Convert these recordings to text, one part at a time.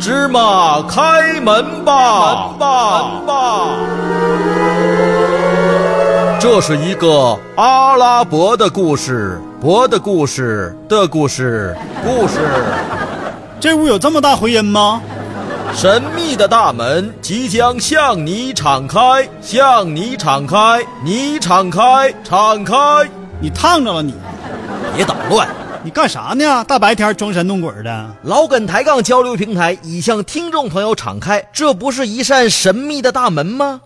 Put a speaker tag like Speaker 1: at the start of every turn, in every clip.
Speaker 1: 芝麻开门吧！吧吧！这是一个阿拉伯的故事，伯的故事的故事，故事。
Speaker 2: 这屋有这么大回音吗？
Speaker 1: 神秘的大门即将向你敞开，向你敞开，你敞开，敞开！
Speaker 2: 你烫着了你！
Speaker 1: 别捣乱！
Speaker 2: 你干啥呢？大白天装神弄鬼的。
Speaker 1: 老梗抬杠交流平台已向听众朋友敞开，这不是一扇神秘的大门吗？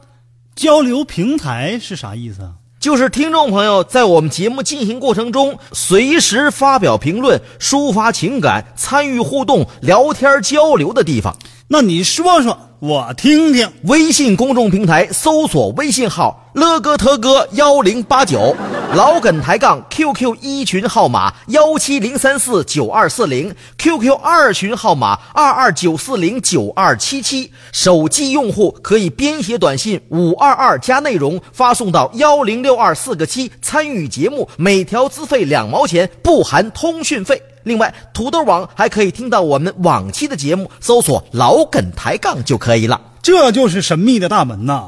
Speaker 2: 交流平台是啥意思啊？
Speaker 1: 就是听众朋友在我们节目进行过程中，随时发表评论、抒发情感、参与互动、聊天交流的地方。
Speaker 2: 那你说说，我听听。
Speaker 1: 微信公众平台搜索微信号“乐哥特哥幺零八九”，老梗抬杠 QQ 一群号码幺七零三四九二四零，QQ 二群号码二二九四零九二七七。手机用户可以编写短信五二二加内容发送到幺零六二四个七，参与节目，每条资费两毛钱，不含通讯费。另外，土豆网还可以听到我们往期的节目，搜索“老梗抬杠”就可以了。
Speaker 2: 这就是神秘的大门呐！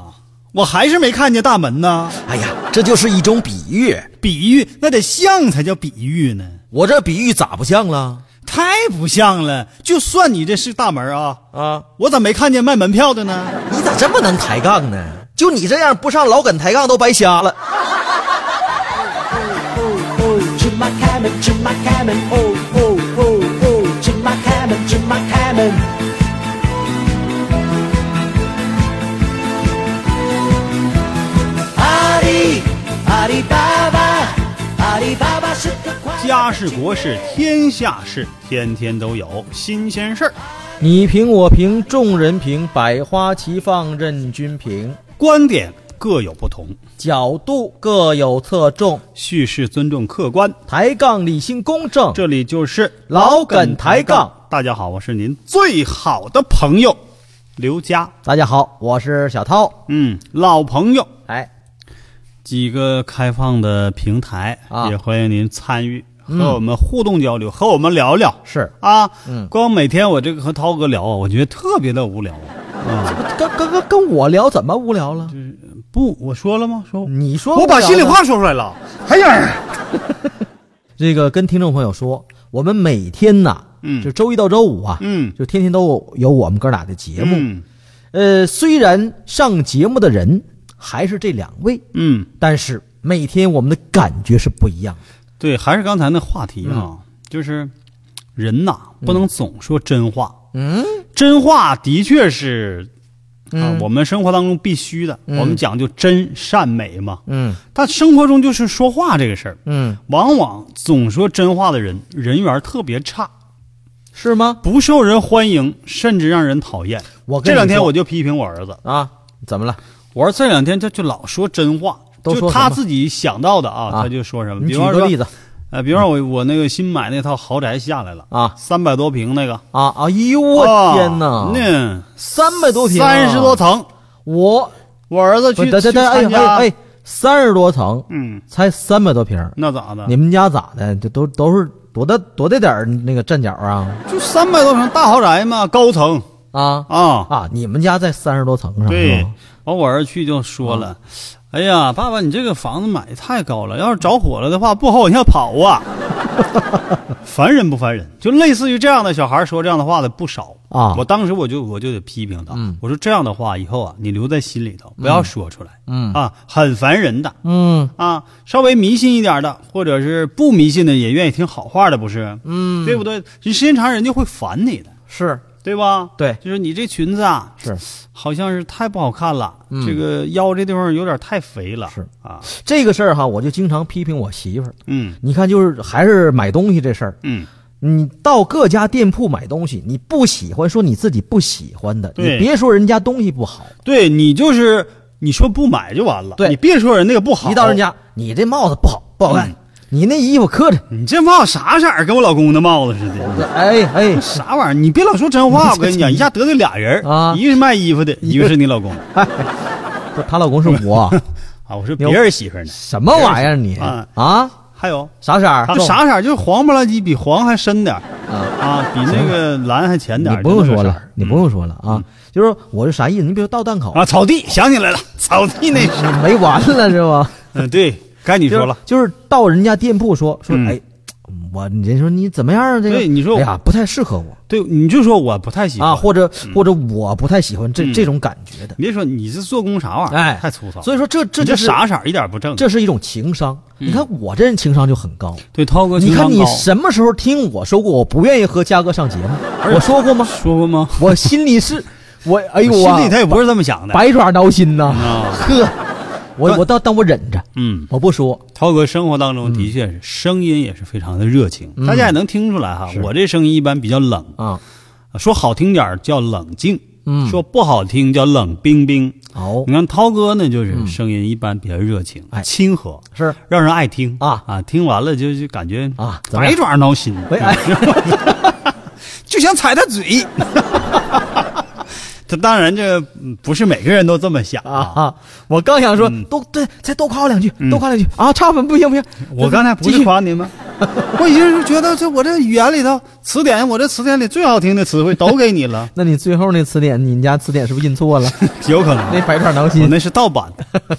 Speaker 2: 我还是没看见大门呐！
Speaker 1: 哎呀，这就是一种比喻，
Speaker 2: 比喻那得像才叫比喻呢，
Speaker 1: 我这比喻咋不像了
Speaker 2: 太不像了。就算你这是大门啊，
Speaker 1: 啊？
Speaker 2: 我咋没看见卖门票的呢？
Speaker 1: 你咋这么难抬杠呢？就你这样，不上老梗抬杠都白瞎了。
Speaker 3: 芝麻开门，芝麻开门，哦哦哦哦，芝麻开门，芝麻开门。阿里阿里巴巴，阿里巴巴是个快。
Speaker 2: 家事国事天下事，天天都有新鲜事儿。
Speaker 1: 你评我评，众人评，百花齐放任君评，
Speaker 2: 观点各有不同，
Speaker 1: 角度各有侧重，
Speaker 2: 叙事尊重客观。
Speaker 1: 抬杠理性公正。
Speaker 2: 这里就是
Speaker 1: 老梗抬杠。
Speaker 2: 大家好，我是您最好的朋友刘佳。
Speaker 1: 大家好，我是小涛。
Speaker 2: 嗯，老朋友，
Speaker 1: 哎，
Speaker 2: 几个开放的平台，
Speaker 1: 啊嗯
Speaker 2: 也欢迎您参与和我们互动交流，和我们聊聊。
Speaker 1: 是
Speaker 2: 啊，
Speaker 1: 嗯
Speaker 2: 光每天我这个和涛哥聊啊，我觉得特别的无聊。
Speaker 1: 跟跟跟跟我聊怎么无聊了？
Speaker 2: 不，我说了吗？说
Speaker 1: 你说
Speaker 2: 我
Speaker 1: 无
Speaker 2: 把
Speaker 1: 嗯聊
Speaker 2: 心里
Speaker 1: 呢
Speaker 2: 话说出来了。哎呀，
Speaker 1: 这个跟听众朋友说，我们每天呐，
Speaker 2: 嗯
Speaker 1: 就周一到周五啊，
Speaker 2: 嗯
Speaker 1: 就天天都有我们哥俩的节目。
Speaker 2: 嗯
Speaker 1: 呃，虽然上节目的人还是这两位，
Speaker 2: 嗯，
Speaker 1: 但是每天我们的感觉是不一样的。
Speaker 2: 对，还是刚才那话题
Speaker 1: 嗯
Speaker 2: 啊，就是人呐，不能总说真话。
Speaker 1: 嗯，
Speaker 2: 真话的确是啊
Speaker 1: 嗯，
Speaker 2: 我们生活当中必须的。
Speaker 1: 嗯
Speaker 2: 我们讲究真善美嘛。
Speaker 1: 嗯
Speaker 2: 但生活中就是说话这个事儿，
Speaker 1: 嗯，
Speaker 2: 往往总说真话的人，人缘特别差，
Speaker 1: 是吗？
Speaker 2: 不受人欢迎，甚至让人讨厌。
Speaker 1: 我跟
Speaker 2: 这
Speaker 1: 你
Speaker 2: 两天
Speaker 1: 说
Speaker 2: 我就批评我儿子，
Speaker 1: 啊，怎么了？
Speaker 2: 我儿子这两天他就老说真话，
Speaker 1: 都
Speaker 2: 就
Speaker 1: 说
Speaker 2: 他
Speaker 1: 什么
Speaker 2: 自己想到的啊，
Speaker 1: 啊
Speaker 2: 他就说什么。
Speaker 1: 你
Speaker 2: 比
Speaker 1: 举
Speaker 2: 方
Speaker 1: 个
Speaker 2: 说
Speaker 1: 例子
Speaker 2: 呃，比方说我我那个新买那套豪宅下来了
Speaker 1: 啊
Speaker 2: 三百多平那个，
Speaker 1: 啊！哎呦我
Speaker 2: 啊
Speaker 1: 天哪，
Speaker 2: 那
Speaker 1: 三百多平、啊
Speaker 2: 三十多，层，
Speaker 1: 我
Speaker 2: 我儿子
Speaker 1: 不
Speaker 2: 去
Speaker 1: 是，
Speaker 2: 去
Speaker 1: 等等，哎
Speaker 2: 参
Speaker 1: 呦哎
Speaker 2: 加，
Speaker 1: 哎，三十多层，
Speaker 2: 嗯，
Speaker 1: 才三百多平，
Speaker 2: 那咋的？
Speaker 1: 你们家咋的？这都都是多大多大点儿那个站脚啊
Speaker 2: 就三百多平大豪宅嘛，高层
Speaker 1: 啊
Speaker 2: 啊，
Speaker 1: 啊！你们家在三十多层上是
Speaker 2: 对
Speaker 1: 吗？。
Speaker 2: 完，我儿子去就说了：“哎呀，爸爸，你这个房子买的太高了，要是着火了的话，不好往下跑啊！” 烦人不烦人？就类似于这样的小孩说这样的话的不少
Speaker 1: 啊
Speaker 2: 我当时我就我就得批评他，
Speaker 1: 嗯
Speaker 2: 我说这样的话以后啊，你留在心里头，不要说出来、
Speaker 1: 嗯
Speaker 2: 啊，很烦人的
Speaker 1: 嗯
Speaker 2: 啊。稍微迷信一点的，或者是不迷信的，也愿意听好话的，不是？
Speaker 1: 嗯，
Speaker 2: 对不对？你时间长，人家会烦你的。
Speaker 1: 是
Speaker 2: 对吧？
Speaker 4: 对
Speaker 2: 就是你这裙子啊，
Speaker 1: 是
Speaker 2: 好像是太不好看了，
Speaker 4: 嗯
Speaker 2: 这个腰这地方有点太肥了，
Speaker 1: 是
Speaker 2: 啊，
Speaker 1: 这个事儿哈，我就经常批评我媳妇儿。
Speaker 2: 嗯
Speaker 1: 你看，就是还是买东西这事儿，
Speaker 2: 嗯，
Speaker 1: 你到各家店铺买东西，你不喜欢说你自己不喜欢的，
Speaker 2: 对
Speaker 1: 你别说人家东西不好，
Speaker 2: 对你就是你说不买就完了，
Speaker 1: 对
Speaker 2: 你别说人那个不好，
Speaker 1: 一到人，家，你这帽子不好，不好看，
Speaker 2: 嗯
Speaker 1: 你那衣服磕碜，
Speaker 2: 你这帽啥色儿？跟我老公的帽子似的。
Speaker 1: 哎哎
Speaker 2: 啥玩意儿？你别老说真 话，我跟你讲，一下得罪俩人儿
Speaker 1: 啊
Speaker 2: 一个是卖衣 服的，一个是你老公
Speaker 1: 哎，不是她老公是 我，
Speaker 2: 啊。我说别人媳妇儿呢，
Speaker 1: 什么玩意儿你
Speaker 2: 啊
Speaker 1: 啊？
Speaker 2: 还有
Speaker 1: 啥色儿？
Speaker 2: 就啥色儿，就是黄不拉几，比黄还深点儿
Speaker 1: 啊？
Speaker 2: 啊，比那个蓝还浅点儿。
Speaker 1: 你不用说
Speaker 2: 就那个色
Speaker 1: 了
Speaker 2: 儿，嗯
Speaker 1: 你不用说了啊！就是说我是啥意思？你比如到档口，
Speaker 2: 啊，草地想起来了，草地那是，
Speaker 1: 没完了是吧？
Speaker 2: 嗯，对，该你
Speaker 1: 就
Speaker 2: 说
Speaker 1: 是
Speaker 2: 了，
Speaker 1: 就是到人家店铺说说，
Speaker 2: 嗯
Speaker 1: 哎，我人家说你怎么样啊？这个
Speaker 2: 对你说
Speaker 1: 哎呀，不太适合我
Speaker 2: 对，你就说我不太喜欢
Speaker 1: 啊，或者或者我不太喜欢这
Speaker 2: 嗯
Speaker 1: 这种感觉的。
Speaker 2: 你别说你这做工啥玩意儿，
Speaker 1: 哎
Speaker 2: 太粗糙，
Speaker 1: 所以说这这
Speaker 2: 你
Speaker 1: 就
Speaker 2: 这
Speaker 1: 是
Speaker 2: 傻色儿一点不正。
Speaker 1: 这是一种情商。你看我这人情商就很高。
Speaker 2: 对涛哥
Speaker 1: 你
Speaker 2: 情商
Speaker 1: 看
Speaker 2: 高，
Speaker 1: 你什么时候听我说过我不愿意和嘉哥上节目？我说过吗？
Speaker 2: 说过吗？
Speaker 1: 我心里是，我哎呦
Speaker 2: 心
Speaker 1: 我
Speaker 2: 里他也不是这么想的。
Speaker 1: 百爪挠心呐、
Speaker 2: 啊
Speaker 1: 呵，我我倒但我忍着，
Speaker 2: 嗯，
Speaker 1: 我不说。
Speaker 2: 涛哥生活当中
Speaker 1: 嗯
Speaker 2: 的确是声音也是非常的热情，大家也能听出来哈。我这声音一般比较冷，
Speaker 1: 啊，
Speaker 2: 说好听点儿叫冷静，
Speaker 1: 嗯
Speaker 2: 说不好听叫冷冰冰。
Speaker 1: 哦嗯
Speaker 2: 你，看涛哥呢，就是声音一般比较热情、
Speaker 1: 哎
Speaker 2: 亲和，
Speaker 1: 是
Speaker 2: 让人爱听
Speaker 1: 啊
Speaker 2: 啊！听完了就就感觉
Speaker 1: 啊怎么样
Speaker 2: 百爪挠心，
Speaker 1: 喂哎
Speaker 2: 就想踩他嘴。 这当然，这嗯不是每个人都这么想
Speaker 1: 啊啊！我刚想说，
Speaker 2: 嗯
Speaker 1: 多对，再多夸我两句，多夸两句啊！差分不行不行，
Speaker 2: 我刚才不
Speaker 1: 继
Speaker 2: 是
Speaker 1: 续
Speaker 2: 夸你吗？我已经是觉得这我这语言里头词典，我这词典里最好听的词汇都给你
Speaker 1: ，
Speaker 2: 了
Speaker 1: 那你最后那词典，你们家词典是不是印 错了？
Speaker 2: 有可能
Speaker 1: 那百爪挠
Speaker 2: 我
Speaker 1: 心
Speaker 2: 哦那是盗版 的，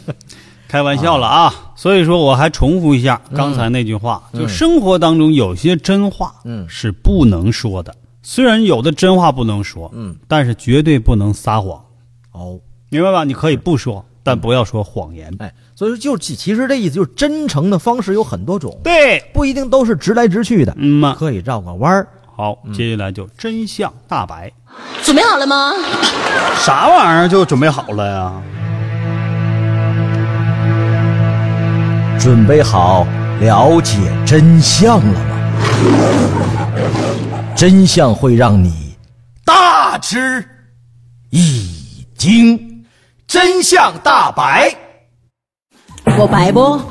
Speaker 2: 开玩笑了啊！嗯所以说，我还重复一下刚才那句话，就生活当中有些真话，
Speaker 1: 嗯
Speaker 2: 是不能说的。虽然有的真话不能说，
Speaker 1: 嗯，
Speaker 2: 但是绝对不能撒谎，
Speaker 1: 哦，
Speaker 2: 明白吧？你可以不说，但不要说谎言。
Speaker 1: 哎，所以说就其其实这意思就是真诚的方式有很多种，
Speaker 2: 对，
Speaker 1: 不一定都是直来直去的，
Speaker 2: 嗯嘛，
Speaker 1: 可以绕个弯儿。
Speaker 2: 好，接下来就真相大白，
Speaker 5: 准备好了吗？
Speaker 2: 啥玩意儿就准备好了呀？
Speaker 4: 准备好了解真相了吗？真相会让你大吃一惊，真相大白。
Speaker 5: 我白不？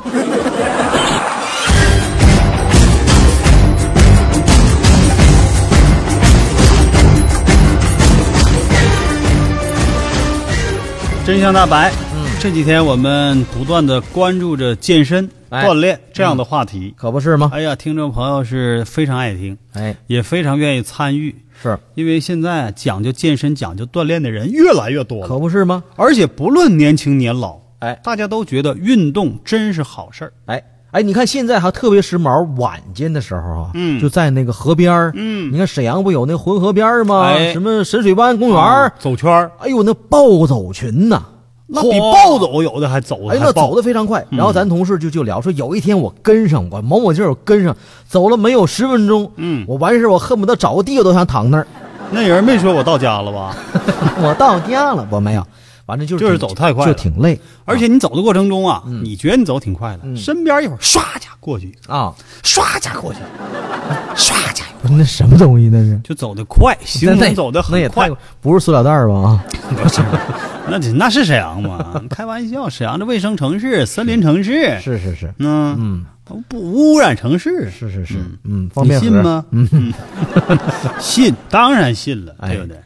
Speaker 2: 真相大白。嗯，这几天我们不断的关注着健身、
Speaker 1: 哎
Speaker 2: 锻炼这样的话题。
Speaker 1: 可不是吗？
Speaker 2: 哎呀，听众朋友是非常爱听，
Speaker 1: 哎，
Speaker 2: 也非常愿意参与，
Speaker 1: 是，
Speaker 2: 因为现在讲究健身、讲究锻炼的人越来越多
Speaker 1: 可
Speaker 2: 了，
Speaker 1: 不是吗？
Speaker 2: 而且不论年轻年老，
Speaker 1: 哎
Speaker 2: 大家都觉得运动真是好事儿。
Speaker 1: 哎哎，你看现在还特别时髦，晚间的时候啊，
Speaker 2: 嗯
Speaker 1: 就在那个河边儿，
Speaker 2: 嗯
Speaker 1: 你看沈阳不有那个浑河边儿吗？
Speaker 2: 哎哦
Speaker 1: 什么沈水湾公园嗯儿，
Speaker 2: 走圈儿，
Speaker 1: 哎呦，那暴走群呐、
Speaker 2: 那比
Speaker 1: 嚯
Speaker 2: 暴走有的还走
Speaker 1: 哎
Speaker 2: 的，还
Speaker 1: 那
Speaker 2: 暴嗯
Speaker 1: 走的非常快。然后咱同事就就聊说，有一天我跟上，我卯卯劲儿我跟上，走了没有十分钟，
Speaker 2: 嗯
Speaker 1: 我完事儿我恨不得找个地我都想躺那儿。
Speaker 2: 那人没说我到家了吧？
Speaker 1: 我到家了，我没有，反正就是
Speaker 2: 就是
Speaker 1: 挺
Speaker 2: 走太快了
Speaker 1: 就挺累
Speaker 2: 而且你走的过程中啊，
Speaker 1: 嗯
Speaker 2: 你觉得你走挺快的，身边一会儿唰一下过去，
Speaker 1: 啊。
Speaker 2: 唰一下 过去，唰一下
Speaker 1: 不是那什么东西那是？
Speaker 2: 就走得快，行
Speaker 1: 那
Speaker 2: 动走得
Speaker 1: 那也
Speaker 2: 很
Speaker 1: 太
Speaker 2: 快。
Speaker 1: 不是塑料袋儿 吧？啊，
Speaker 2: 那得那是沈阳吗？ 开玩笑，沈阳这卫生城市、森林城市，
Speaker 1: 是是是
Speaker 2: 嗯不污染城市，
Speaker 1: 是是是，嗯，方
Speaker 2: 你
Speaker 1: 便
Speaker 2: 信
Speaker 1: 盒
Speaker 2: 吗？嗯， 信，当然信了，
Speaker 1: 哎
Speaker 2: 对不对？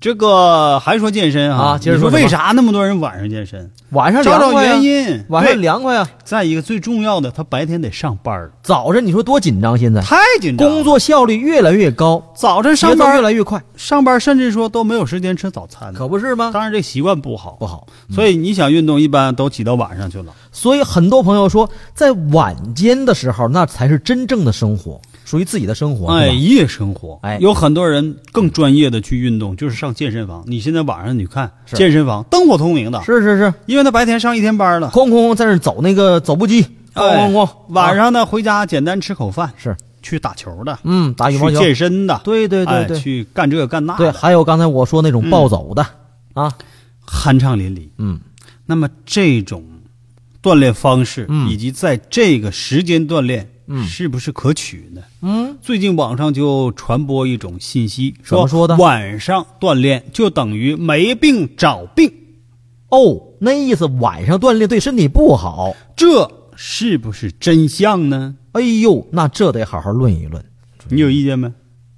Speaker 2: 这个还说健身
Speaker 1: 啊接
Speaker 2: 你
Speaker 1: 着说
Speaker 2: 说
Speaker 1: 什么
Speaker 2: 为啥那么多人晚上健身？
Speaker 1: 晚上
Speaker 2: 找
Speaker 1: 凉
Speaker 2: 找
Speaker 1: 快呀啊
Speaker 2: 原因
Speaker 1: 晚上
Speaker 2: 对
Speaker 1: 凉快呀。啊
Speaker 2: 再一个最重要的，他白天得上 班儿
Speaker 1: 早晨你说多紧张，现在
Speaker 2: 太紧张了。
Speaker 1: 工作效率越来越高，
Speaker 2: 早晨
Speaker 1: 节
Speaker 2: 上
Speaker 1: 奏越
Speaker 2: 班
Speaker 1: 来越快，
Speaker 2: 上班甚至说都没有时间吃早餐，
Speaker 1: 可不是吗？
Speaker 2: 当然这习惯不好，
Speaker 1: 啊不好。嗯
Speaker 2: 所以你想运动，一般都挤到晚上去了。
Speaker 1: 所以很多朋友说，在晚间的时候，那才是真正的生活，属于自己的生活。
Speaker 2: 哎，
Speaker 1: 是吧，
Speaker 2: 夜生活，
Speaker 1: 哎
Speaker 2: 有很多人更专业的去运动，就是上健身房。你现在晚上你看
Speaker 1: 是
Speaker 2: 健身房灯火通明的，
Speaker 1: 是是是，
Speaker 2: 因为他白天上一天班了，
Speaker 1: 哐哐哐在那儿走那个走步机，哐
Speaker 2: 哎
Speaker 1: 哐哐，
Speaker 2: 晚上呢回家简单吃口饭，
Speaker 1: 啊是
Speaker 2: 去打球的，
Speaker 1: 嗯，打羽毛
Speaker 2: 去
Speaker 1: 球，
Speaker 2: 健身的，
Speaker 1: 对对对
Speaker 2: 哎
Speaker 1: 对
Speaker 2: 去嗯干这个干那
Speaker 1: 对，
Speaker 2: 的，
Speaker 1: 还有刚才我说那种暴走的、啊，
Speaker 2: 酣畅淋漓。
Speaker 1: 嗯，
Speaker 2: 那么这种锻炼方式，
Speaker 1: 嗯
Speaker 2: 以及在这个时间锻炼，
Speaker 1: 嗯
Speaker 2: 是不是可取呢？
Speaker 1: 嗯，
Speaker 2: 最近网上就传播一种信息，
Speaker 1: 怎么说的
Speaker 2: 晚上锻炼就等于没病找病，
Speaker 1: 哦，那意思晚上锻炼对身体不好。
Speaker 2: 这是不是真相呢？
Speaker 1: 哎呦，那这得好好论一论。
Speaker 2: 你有意见没？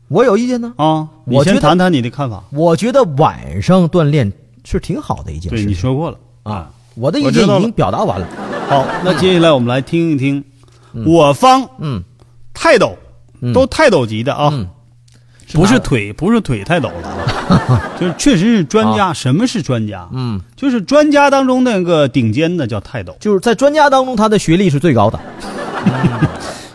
Speaker 1: 我有意见呢，
Speaker 2: 啊，你
Speaker 1: 我觉
Speaker 2: 先
Speaker 1: 得
Speaker 2: 谈谈你的看法。
Speaker 1: 我觉得晚上锻炼是挺好的一件
Speaker 2: 对，
Speaker 1: 事
Speaker 2: 你
Speaker 1: 情
Speaker 2: 说过了
Speaker 1: 啊。。我的意
Speaker 2: 我知
Speaker 1: 见
Speaker 2: 道
Speaker 1: 已
Speaker 2: 了
Speaker 1: 经表达完了。
Speaker 2: 好，那接下来我们来听一听我方
Speaker 1: 嗯，
Speaker 2: 泰斗
Speaker 1: 嗯，
Speaker 2: 都泰斗级的啊
Speaker 1: 嗯，
Speaker 2: 不是腿，不是腿泰斗了啊， 就是确实是专家。什么是专家？
Speaker 1: 嗯，
Speaker 2: 就是专家当中那个顶尖的叫泰斗，
Speaker 1: 就是在专家当中，他的学历是最高的。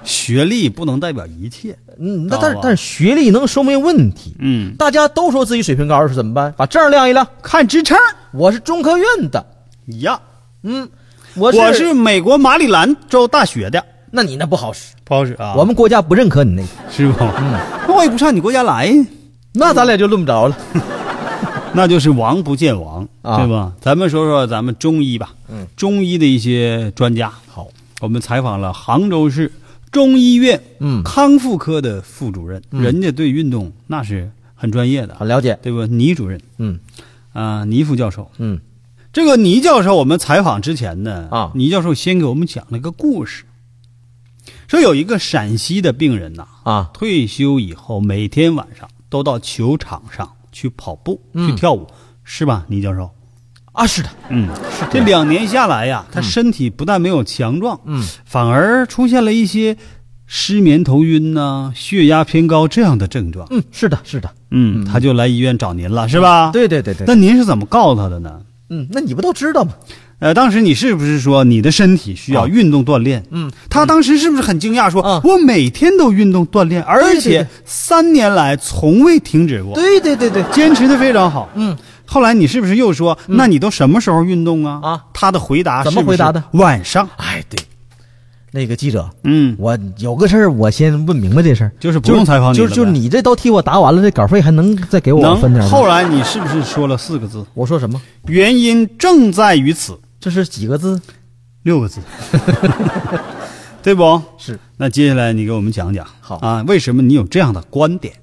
Speaker 2: 学历不能代表一切。
Speaker 1: 嗯，那
Speaker 2: 高啊
Speaker 1: 但是但是学历能说明问题。
Speaker 2: 嗯，
Speaker 1: 大家都说自己水平高是怎么办？把证儿亮一亮，
Speaker 2: 看职称
Speaker 1: 我是中科院的，
Speaker 2: 一样。
Speaker 1: 嗯，我
Speaker 2: 我是美国马里兰州大学的，
Speaker 1: 那你那不好使，
Speaker 2: 不好使啊，嗯
Speaker 1: 我们国家不认可你那个，
Speaker 2: 是不？那我也不上你国家来，
Speaker 1: 那咱俩就论不着了。
Speaker 2: 那就是王不见王，
Speaker 1: 啊
Speaker 2: 对吧？咱们说说咱们中医吧，
Speaker 1: 嗯，
Speaker 2: 中医的一些专家。
Speaker 1: 好，
Speaker 2: 我们采访了杭州市中医院
Speaker 1: 嗯
Speaker 2: 康复科的副主任，人家对运动那是很专业的，
Speaker 1: 很了解，
Speaker 2: 对吧？倪主任
Speaker 1: 嗯
Speaker 2: 啊、倪副教授，
Speaker 1: 嗯，
Speaker 2: 这个倪教授，我们采访之前呢，
Speaker 1: 啊
Speaker 2: 倪教授先给我们讲了一个故事，说有一个陕西的病人呐、
Speaker 1: 啊，
Speaker 2: 退休以后每天晚上都到球场上去跑步、
Speaker 1: 嗯
Speaker 2: 去跳舞，是吧，倪教授？
Speaker 1: 啊是的，嗯
Speaker 2: 嗯，这两年下来呀，他身体不但没有强壮，嗯，反而出现了一些失眠、头晕呐、血压偏高这样的症状。
Speaker 1: 嗯是的是的，
Speaker 2: 嗯，他就来医院找您了，是吧？。
Speaker 1: 嗯对对对对，
Speaker 2: 那您是怎么告诉他的呢？
Speaker 1: 嗯，那你不都知道吗？
Speaker 2: 呃，当时你是不是说你的身体需要
Speaker 1: 啊
Speaker 2: 运动锻炼？嗯，他当时是不是很惊讶说，
Speaker 1: 啊
Speaker 2: 我每天都运动锻炼，而
Speaker 1: 对对
Speaker 2: 且三年来从未停止过，
Speaker 1: 对对对对，
Speaker 2: 坚持的非常好。嗯，后来你是不是又说，那你都什么时候运动啊？
Speaker 1: 嗯啊
Speaker 2: 他的回答
Speaker 1: 怎么
Speaker 2: 是不
Speaker 1: 回
Speaker 2: 是
Speaker 1: 答的
Speaker 2: 晚上。
Speaker 1: 哎对，那个记者，
Speaker 2: 嗯，
Speaker 1: 我有个事儿，我先问明白这事儿，
Speaker 2: 就是不用采访你
Speaker 1: 就
Speaker 2: 了
Speaker 1: 是就是
Speaker 2: 呗
Speaker 1: 你这都替我答完了，这稿费还能再给我分点
Speaker 2: 能。
Speaker 1: 吗？
Speaker 2: 后来你是不是说了四个字？
Speaker 1: 我说什么？
Speaker 2: 原因正在于此，
Speaker 1: 这是几个字？
Speaker 2: 六个 字，对不？
Speaker 1: 是。
Speaker 2: 那接下来你给我们讲讲，
Speaker 1: 好
Speaker 2: 啊，为什么你有这样的观点？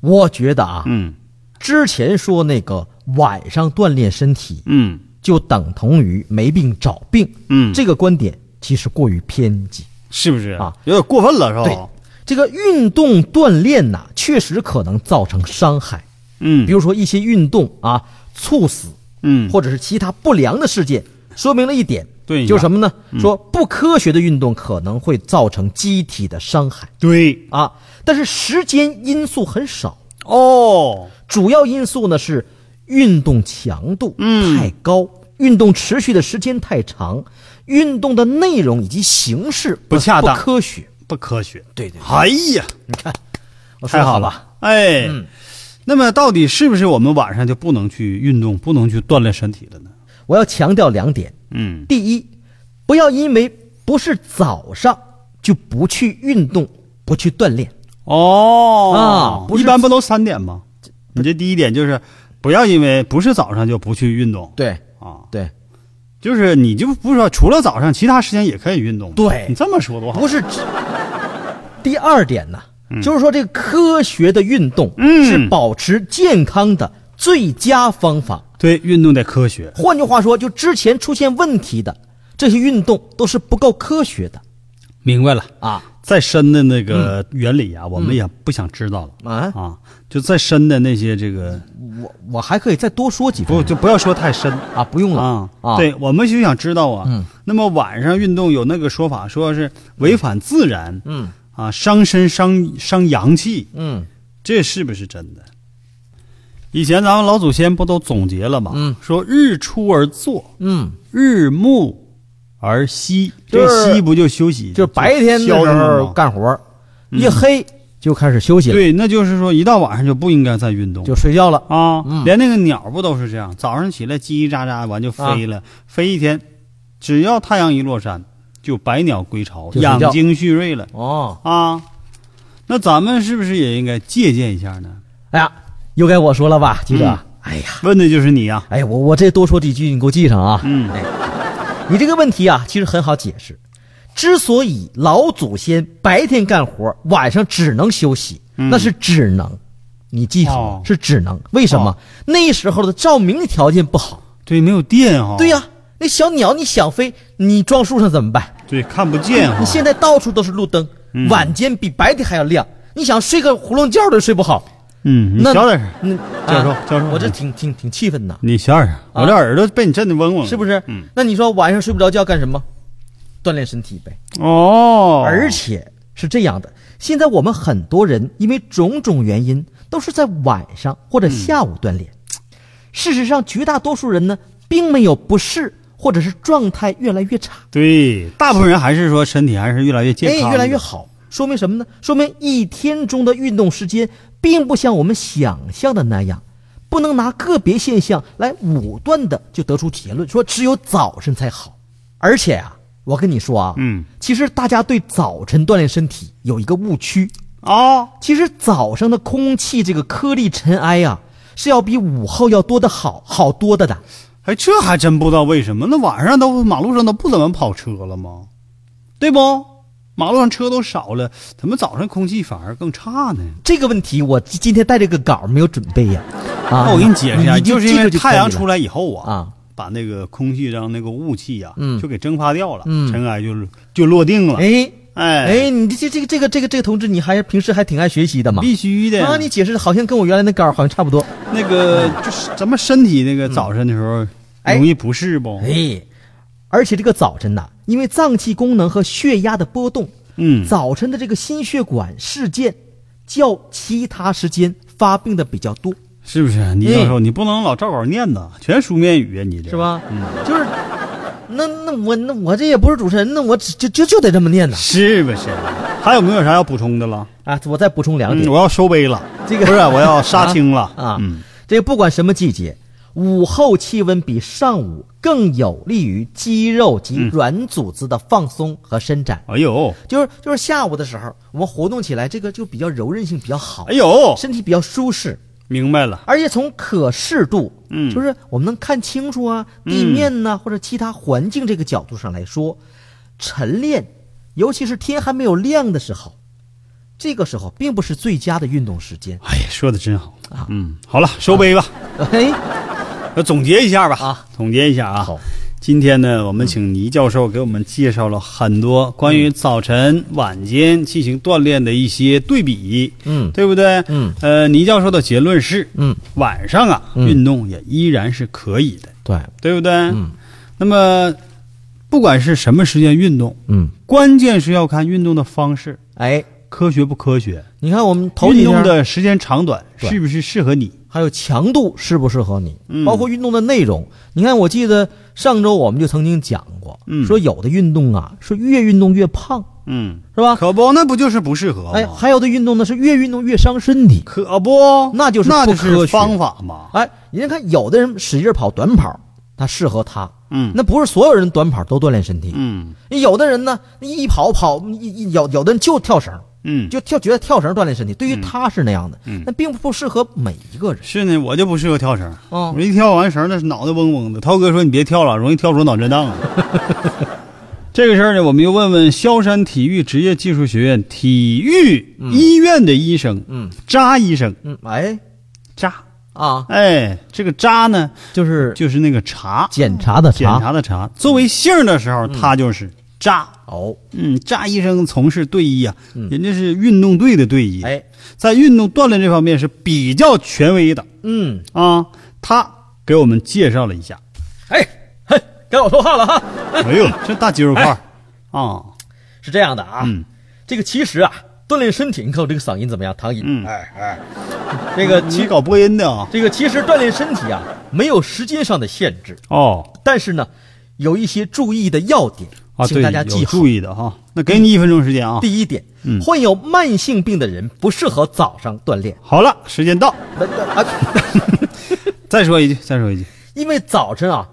Speaker 1: 我觉得啊，
Speaker 2: 嗯
Speaker 1: 之前说那个晚上锻炼身体，
Speaker 2: 嗯
Speaker 1: 就等同于没病找病，
Speaker 2: 嗯，
Speaker 1: 这个观点其实过于偏激。
Speaker 2: 是不是
Speaker 1: 啊？
Speaker 2: 有点过分了，是
Speaker 1: 对
Speaker 2: 吧？，
Speaker 1: 这个运动锻炼呐、确实可能造成伤害，
Speaker 2: 嗯，
Speaker 1: 比如说一些运动啊猝死，
Speaker 2: 嗯，
Speaker 1: 或者是其他不良的事件，说明了一点，
Speaker 2: 对呀嗯
Speaker 1: 就是什么呢？说不科学的运动可能会造成机体的伤害
Speaker 2: 对
Speaker 1: 啊，但是时间因素很少，
Speaker 2: 哦，
Speaker 1: 主要因素呢是运动强度
Speaker 2: 嗯
Speaker 1: 太高，运动持续的时间太长，运动的内容以及形式
Speaker 2: 不恰当
Speaker 1: 不科学。
Speaker 2: 不科学。
Speaker 1: 对对，
Speaker 2: 哎呀，
Speaker 1: 我说
Speaker 2: 太好
Speaker 1: 了，嗯
Speaker 2: 了，哎，那么到底是不是我们晚上就不能去运动，不能去锻炼身体了呢？
Speaker 1: 我要强调两点：
Speaker 2: 嗯
Speaker 1: 第一，不要因为不是早上就不去运动、不去锻炼。
Speaker 2: 哦
Speaker 1: 啊不
Speaker 2: 一
Speaker 1: 是
Speaker 2: 般不都三点吗？你这第一点就是不要因为不是早上就不去运动
Speaker 1: 对
Speaker 2: 啊，
Speaker 1: 对，
Speaker 2: 就是你就不说除了早上，其他时间也可以运动。
Speaker 1: 对哦
Speaker 2: 你这么说多好
Speaker 1: 不。是只。第二点呢，
Speaker 2: 嗯
Speaker 1: 就是说这个科学的运动是保持健康的最佳方法。
Speaker 2: 对，运动得科学。
Speaker 1: 换句话说，就之前出现问题的这些运动都是不够科学的
Speaker 2: 明白了。
Speaker 1: 啊
Speaker 2: 再深的那个原理
Speaker 1: 嗯
Speaker 2: 啊，我们也不想知道了、
Speaker 1: 啊！
Speaker 2: 啊。就再深的那些这个，
Speaker 1: 我我还可以再多说几分
Speaker 2: 不
Speaker 1: 钟
Speaker 2: 就不要说太深
Speaker 1: 啊，不用了
Speaker 2: 啊
Speaker 1: 啊！
Speaker 2: 对，我们就想知道啊。
Speaker 1: 嗯
Speaker 2: 那么晚上运动有那个说法，说是违反自然，
Speaker 1: 嗯
Speaker 2: 啊，伤身伤伤阳气，
Speaker 1: 嗯
Speaker 2: 这是不是真的？以前咱们老祖先不都总结了吗？
Speaker 1: 嗯
Speaker 2: 说日出而作，
Speaker 1: 嗯，
Speaker 2: 日暮而息，
Speaker 1: 就
Speaker 2: 这
Speaker 1: 是
Speaker 2: 息不就休息？
Speaker 1: 就是白天的时
Speaker 2: 消停了
Speaker 1: 候
Speaker 2: 吗
Speaker 1: 干活，一黑就开始休息了，
Speaker 2: 对，那就是说一到晚上就不应该再运动，
Speaker 1: 就睡觉了。
Speaker 2: 啊，
Speaker 1: 嗯
Speaker 2: 连那个鸟不都是这样？早上起来叽叽喳喳，完就飞
Speaker 1: 啊
Speaker 2: 了，飞一天，只要太阳一落山，就百鸟归巢，
Speaker 1: 就睡觉
Speaker 2: 养精蓄锐了
Speaker 1: 哦，
Speaker 2: 啊。那咱们是不是也应该借鉴一下呢？
Speaker 1: 哎呀，又该我说了吧，记者？
Speaker 2: 嗯
Speaker 1: 哎呀，
Speaker 2: 问的就是你呀、啊
Speaker 1: 哎呀，我我这多说几句，你给我记上啊。
Speaker 2: 嗯
Speaker 1: 哎，你这个问题啊，其实很好解释。之所以老祖先白天干活，晚上只能休息，那是只能，你记住了、
Speaker 2: 嗯哦
Speaker 1: 是只能。为什么？
Speaker 2: 哦
Speaker 1: 那时候的照明的条件不好。
Speaker 2: 对，没有电哈、
Speaker 1: 对呀、那小鸟你想飞，你撞树上怎么办？
Speaker 2: 对，看不见哈、
Speaker 1: 你现在到处都是路灯，
Speaker 2: 嗯
Speaker 1: 晚间比白天还要亮。你想睡个囫囵觉都睡不好，
Speaker 2: 嗯，你
Speaker 1: 那
Speaker 2: 小点声，
Speaker 1: 嗯，
Speaker 2: 教授
Speaker 1: 啊
Speaker 2: 教授
Speaker 1: 我这挺挺挺气愤呐，
Speaker 2: 你小点声，我这耳朵被你震得嗡嗡，
Speaker 1: 啊是不是？
Speaker 2: 嗯，
Speaker 1: 那你说晚上睡不着觉干什么？锻炼身体呗。
Speaker 2: 哦，
Speaker 1: 而且是这样的，现在我们很多人因为种种原因都是在晚上或者下午锻炼。
Speaker 2: 嗯
Speaker 1: 事实上，绝大多数人呢，并没有不适，或者是状态越来越差。
Speaker 2: 对，大部分人还是说身体还是越来越健康的，
Speaker 1: 哎，越来越好，说明什么呢？说明一天中的运动时间并不像我们想象的那样，不能拿个别现象来武断的就得出结论，说只有早晨才好。而且啊，我跟你说啊，
Speaker 2: 嗯，
Speaker 1: 其实大家对早晨锻炼身体有一个误区，
Speaker 2: 哦，
Speaker 1: 其实早上的空气这个颗粒尘埃啊，是要比午后要多的好好多的的。
Speaker 2: 哎，这还真不知道为什么，那晚上都马路上都不怎么跑车了吗？对不？马路上车都少了，怎么早上空气反而更差呢？
Speaker 1: 这个问题我今今天带这个稿儿没有准备呀，啊，
Speaker 2: 那我给你解释一下，
Speaker 1: 你
Speaker 2: 就
Speaker 1: 就是
Speaker 2: 因为
Speaker 1: 记住
Speaker 2: 太阳
Speaker 1: 可以了
Speaker 2: 出来以后啊，
Speaker 1: 啊
Speaker 2: 把那个空气上那个雾气呀、
Speaker 1: 嗯
Speaker 2: 就给蒸发掉了，
Speaker 1: 嗯
Speaker 2: 尘埃就就落定了。
Speaker 1: 哎
Speaker 2: 哎
Speaker 1: 哎，你这这个这个这个这个同志，你还平时还挺爱学习的嘛？
Speaker 2: 必须的。
Speaker 1: 啊，你解释的好像跟我原来那稿儿好像差不多。
Speaker 2: 那个就是咱们身体那个早晨的时候
Speaker 1: 嗯哎
Speaker 2: 容易不适不？
Speaker 1: 哎，而且这个早晨呐、因为脏器功能和血压的波动，
Speaker 2: 嗯
Speaker 1: 早晨的这个心血管事件较其他时间发病的比较多，
Speaker 2: 是不是？你教授，你不能老照稿念呐，全书面语啊，你这
Speaker 1: 哎是？吧？就是，那那我那我这也不是主持人，那我只就就就得这么念呐
Speaker 2: 是不是？还有没有啥要补充的了？
Speaker 1: 啊！我再补充两
Speaker 2: 嗯，
Speaker 1: 点。
Speaker 2: 我要收杯了，
Speaker 1: 这个
Speaker 2: 不是啊 我要杀青了
Speaker 1: 啊，
Speaker 2: 嗯，
Speaker 1: 这个不管什么季节，午后气温比上午更有利于肌肉及软组织的放松和伸展。
Speaker 2: 哎呦，
Speaker 1: 就是就是下午的时候，我们活动起来，这个就比较柔韧性比较好，
Speaker 2: 哎呦，
Speaker 1: 身体比较舒适，
Speaker 2: 明白了，
Speaker 1: 而且从可视度，
Speaker 2: 嗯
Speaker 1: 就是我们能看清楚啊，地面呐、或者其他环境这个角度上来说，晨练，尤其是天还没有亮的时候，这个时候并不是最佳的运动时间。
Speaker 2: 哎呀，说的真好
Speaker 1: 啊
Speaker 2: 嗯，好了，收杯吧，
Speaker 1: 哎，
Speaker 2: 要总结一下吧，
Speaker 1: 啊，
Speaker 2: 总结一下啊。
Speaker 1: 好，
Speaker 2: 今天呢，我们请倪教授给我们介绍了很多关于早晨、晚间进行锻炼的一些对比，
Speaker 1: 嗯
Speaker 2: 对不对？
Speaker 1: 嗯，
Speaker 2: 呃，倪教授的结论是，
Speaker 1: 嗯，
Speaker 2: 晚上啊，
Speaker 1: 嗯
Speaker 2: 运动也依然是可以的，
Speaker 1: 对，
Speaker 2: 对不对？嗯，那么不管是什么时间运动，
Speaker 1: 嗯，
Speaker 2: 关键是要看运动的方式
Speaker 1: 哎，
Speaker 2: 科学不科学，
Speaker 1: 你看我们头几
Speaker 2: 运动
Speaker 1: 天
Speaker 2: 的时间长短
Speaker 1: 对
Speaker 2: 是不是适合你？
Speaker 1: 还有强度适不适合你，
Speaker 2: 嗯
Speaker 1: 包括运动的内容。你看，我记得上周我们就曾经讲过，
Speaker 2: 嗯
Speaker 1: 说有的运动啊是越运动越胖，
Speaker 2: 嗯，
Speaker 1: 是吧？
Speaker 2: 可不，那不就是不适合吗？
Speaker 1: 哎，还有的运动呢是越运动越伤身体。
Speaker 2: 可不，
Speaker 1: 那就是
Speaker 2: 那
Speaker 1: 不
Speaker 2: 就
Speaker 1: 科学
Speaker 2: 是方法嘛。
Speaker 1: 哎，人家看有的人使劲跑短跑，他适合他。
Speaker 2: 嗯
Speaker 1: 那不是所有人短跑都锻炼身体。
Speaker 2: 嗯
Speaker 1: 有的人呢，一跑跑一一有有的人就跳绳，
Speaker 2: 嗯，
Speaker 1: 就跳觉得跳绳锻炼身体，对于他是那样的，那并不适合每一个人。
Speaker 2: 是呢，我就不适合跳绳。
Speaker 1: 哦
Speaker 2: 我一跳完绳，那是脑袋嗡嗡的。涛哥说：“你别跳了，容易跳出脑震荡 啊。”这个事儿呢，我们又问问萧山体育职业技术学院体育医院的医生，
Speaker 1: 嗯，
Speaker 2: 扎医生，
Speaker 1: 嗯，哎
Speaker 2: 扎，
Speaker 1: 啊，
Speaker 2: 哎，这个扎呢，
Speaker 1: 就是
Speaker 2: 就是那个查，
Speaker 1: 检查嗯的
Speaker 2: 检查的查，作为姓儿的时候，他就是扎。
Speaker 1: 哦，
Speaker 2: 嗯，扎医生从事队医啊，人家是运动队的队医，
Speaker 1: 嗯哎，
Speaker 2: 在运动锻炼这方面是比较权威的
Speaker 1: 嗯，
Speaker 2: 啊。他给我们介绍了一 下，
Speaker 1: 哎，嘿，该我说话了哈。
Speaker 2: 哎呦，这大肌肉块 儿啊，
Speaker 1: 是这样的啊，
Speaker 2: 嗯
Speaker 1: 这个其实啊，锻炼身体，你看我这个嗓音怎么样？唐音，
Speaker 2: 嗯
Speaker 1: 哎哎，这个
Speaker 2: 你
Speaker 1: 其
Speaker 2: 搞播音的啊？
Speaker 1: 这个其实锻炼身体啊，没有时间上的限制，
Speaker 2: 哦
Speaker 1: 但是呢，有一些注意的要点，
Speaker 2: 啊，
Speaker 1: 请
Speaker 2: 对，
Speaker 1: 大家
Speaker 2: 有
Speaker 1: 记好
Speaker 2: 注。意的哈。那给你一分钟时间啊。
Speaker 1: 第一点，患有慢性病的人不适合早上锻炼。
Speaker 2: 好了，时间到，
Speaker 1: 那那啊，
Speaker 2: 再说一句，再说一句。
Speaker 1: 因为早晨啊，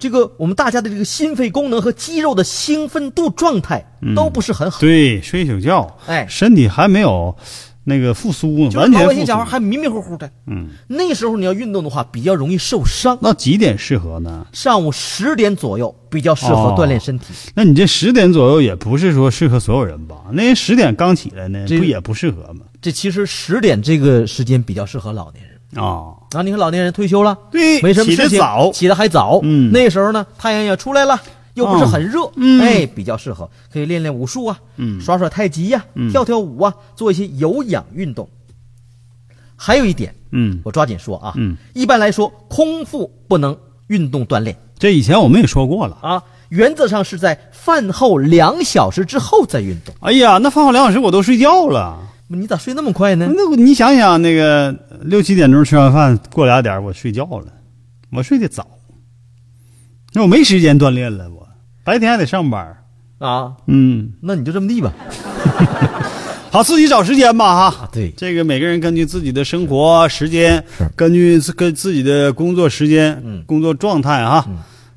Speaker 1: 这个我们大家的这个心肺功能和肌肉的兴奋度状态都不是很好。
Speaker 2: 嗯对，睡一宿觉，
Speaker 1: 哎
Speaker 2: 身体还没有那个复苏呢，
Speaker 1: 就是
Speaker 2: 完
Speaker 1: 老百
Speaker 2: 全复
Speaker 1: 姓
Speaker 2: 苏
Speaker 1: 小孩。还迷迷糊糊的，
Speaker 2: 嗯，
Speaker 1: 那时候你要运动的话，比较容易受伤。
Speaker 2: 那几点适合呢？
Speaker 1: 上午十点左右比较适合
Speaker 2: 哦
Speaker 1: 锻炼身体。
Speaker 2: 那你这十点左右也不是说适合所有人吧？那人十点刚起来呢，
Speaker 1: 这
Speaker 2: 不也不适合吗？
Speaker 1: 这其实十点这个时间比较适合老年人。
Speaker 2: 啊、
Speaker 1: 然后你看老年人退休了，
Speaker 2: 对
Speaker 1: 没什么事情，
Speaker 2: 起得早
Speaker 1: 起得还早。
Speaker 2: 嗯
Speaker 1: 那时候呢，太阳也出来了，又不是很热，
Speaker 2: 嗯
Speaker 1: 哎，比较适合，可以练练武术啊，
Speaker 2: 嗯
Speaker 1: 耍耍太极呀、
Speaker 2: 嗯
Speaker 1: 跳跳舞啊，做一些有氧运动。还有一点，
Speaker 2: 嗯，
Speaker 1: 我抓紧说啊，
Speaker 2: 嗯，
Speaker 1: 一般来说，空腹不能运动锻炼
Speaker 2: 这以前我们也说过了。
Speaker 1: 啊，原则上是在饭后两小时之后再运动。
Speaker 2: 哎呀，那饭后两小时我都睡觉了。
Speaker 1: 你咋睡那么快呢？
Speaker 2: 哎那我你想想，那个六七点钟吃完饭，过俩点儿我睡觉了，我睡得早，那我没时间锻炼了，我白天还得上班儿。
Speaker 1: 啊，
Speaker 2: 嗯，
Speaker 1: 那你就这么地吧。
Speaker 2: 好，自己找时间吧，哈。
Speaker 1: 对
Speaker 2: 这个每个人根据自己的生活时间，根据自跟自己的工作时间、工作状态哈，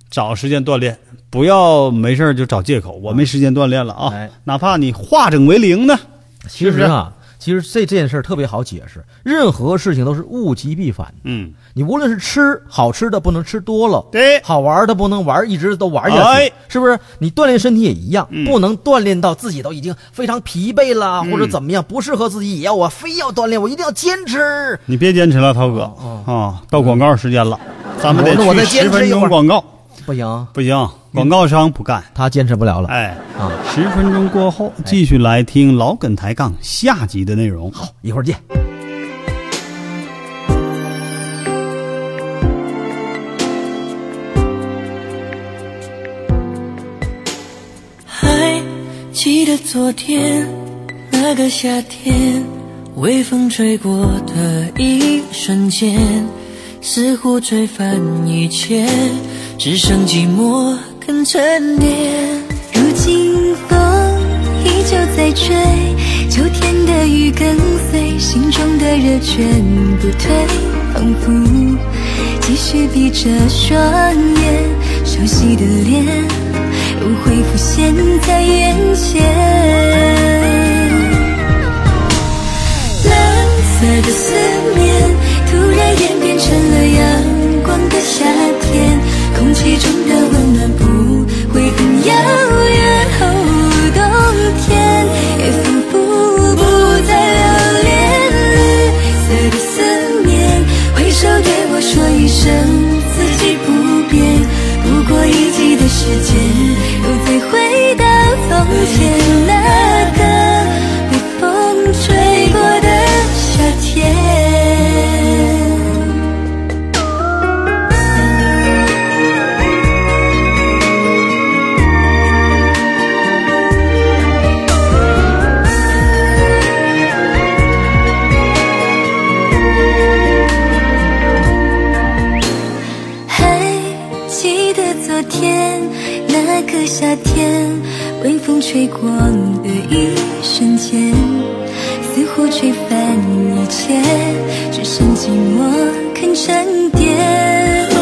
Speaker 2: 找时间锻炼，不要没事儿就找借口，我没时间锻炼了啊。
Speaker 1: 哎
Speaker 2: 哪怕你化整为零呢，
Speaker 1: 其实啊，其实这这件事儿特别好解释，任何事情都是物极必反。
Speaker 2: 嗯，
Speaker 1: 你无论是吃好吃的不能吃多了，
Speaker 2: 对
Speaker 1: 好玩的不能玩一直都玩下去，
Speaker 2: 哎
Speaker 1: 是不是？你锻炼身体也一样，
Speaker 2: 嗯
Speaker 1: 不能锻炼到自己都已经非常疲惫了，或者怎么样不适合自己，也要我非要锻炼，我一定要坚持。
Speaker 2: 你别坚持了，涛哥啊、到广告时间了，咱们得
Speaker 1: 哦那我再
Speaker 2: 去
Speaker 1: 坚
Speaker 2: 十
Speaker 1: 持
Speaker 2: 分
Speaker 1: 一会
Speaker 2: 钟
Speaker 1: 儿
Speaker 2: 广告，
Speaker 1: 不行，
Speaker 2: 不行，广告商不干。
Speaker 1: 他坚持不了了。
Speaker 2: 哎，
Speaker 1: 啊哎
Speaker 2: 十分钟过后继续来听老梗抬杠下集的内容。好。
Speaker 1: 一会儿见。
Speaker 6: 还记得昨天那个夏天，微风吹过的一瞬间，似乎吹翻一切，只剩寂寞跟沉淀。
Speaker 7: 如今风依旧在吹，秋天的雨跟随心中的热卷不退，仿佛继续闭着双眼，熟悉的脸又会浮现在眼前。蓝色的思念突然演变成了阳光的夏天，空气中的温暖不会很遥远。哦，冬天也仿佛不再留恋。绿色的思念，挥手对我说一声自己不变。不过一季的时间，又再回到从前那个被风吹过的夏天。还记得昨天那个夏天，微风吹过的一瞬间，似乎吹翻一切，只剩寂寞肯沉淀。哦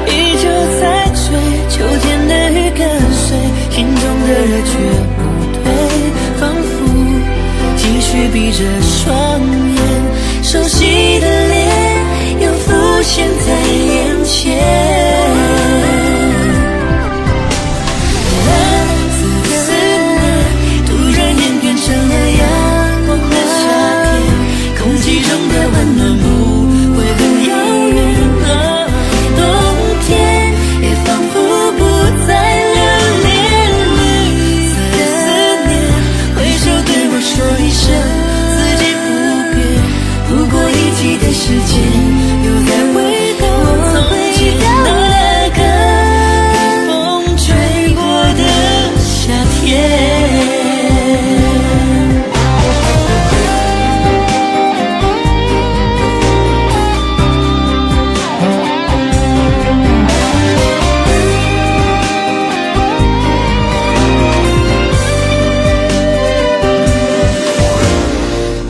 Speaker 6: 我依旧在追，秋天的雨跟随心中的热却不退，仿佛继续闭着双眼，熟悉的脸又浮现在眼前。蓝色的思念突然演变成了阳光的夏天，空气中的温暖不会很遥远了。冬天也仿佛不再留恋，绿色的思念挥手对我说一声自己不变。不过一季的时间，又再回到从前那个被风吹过的夏天。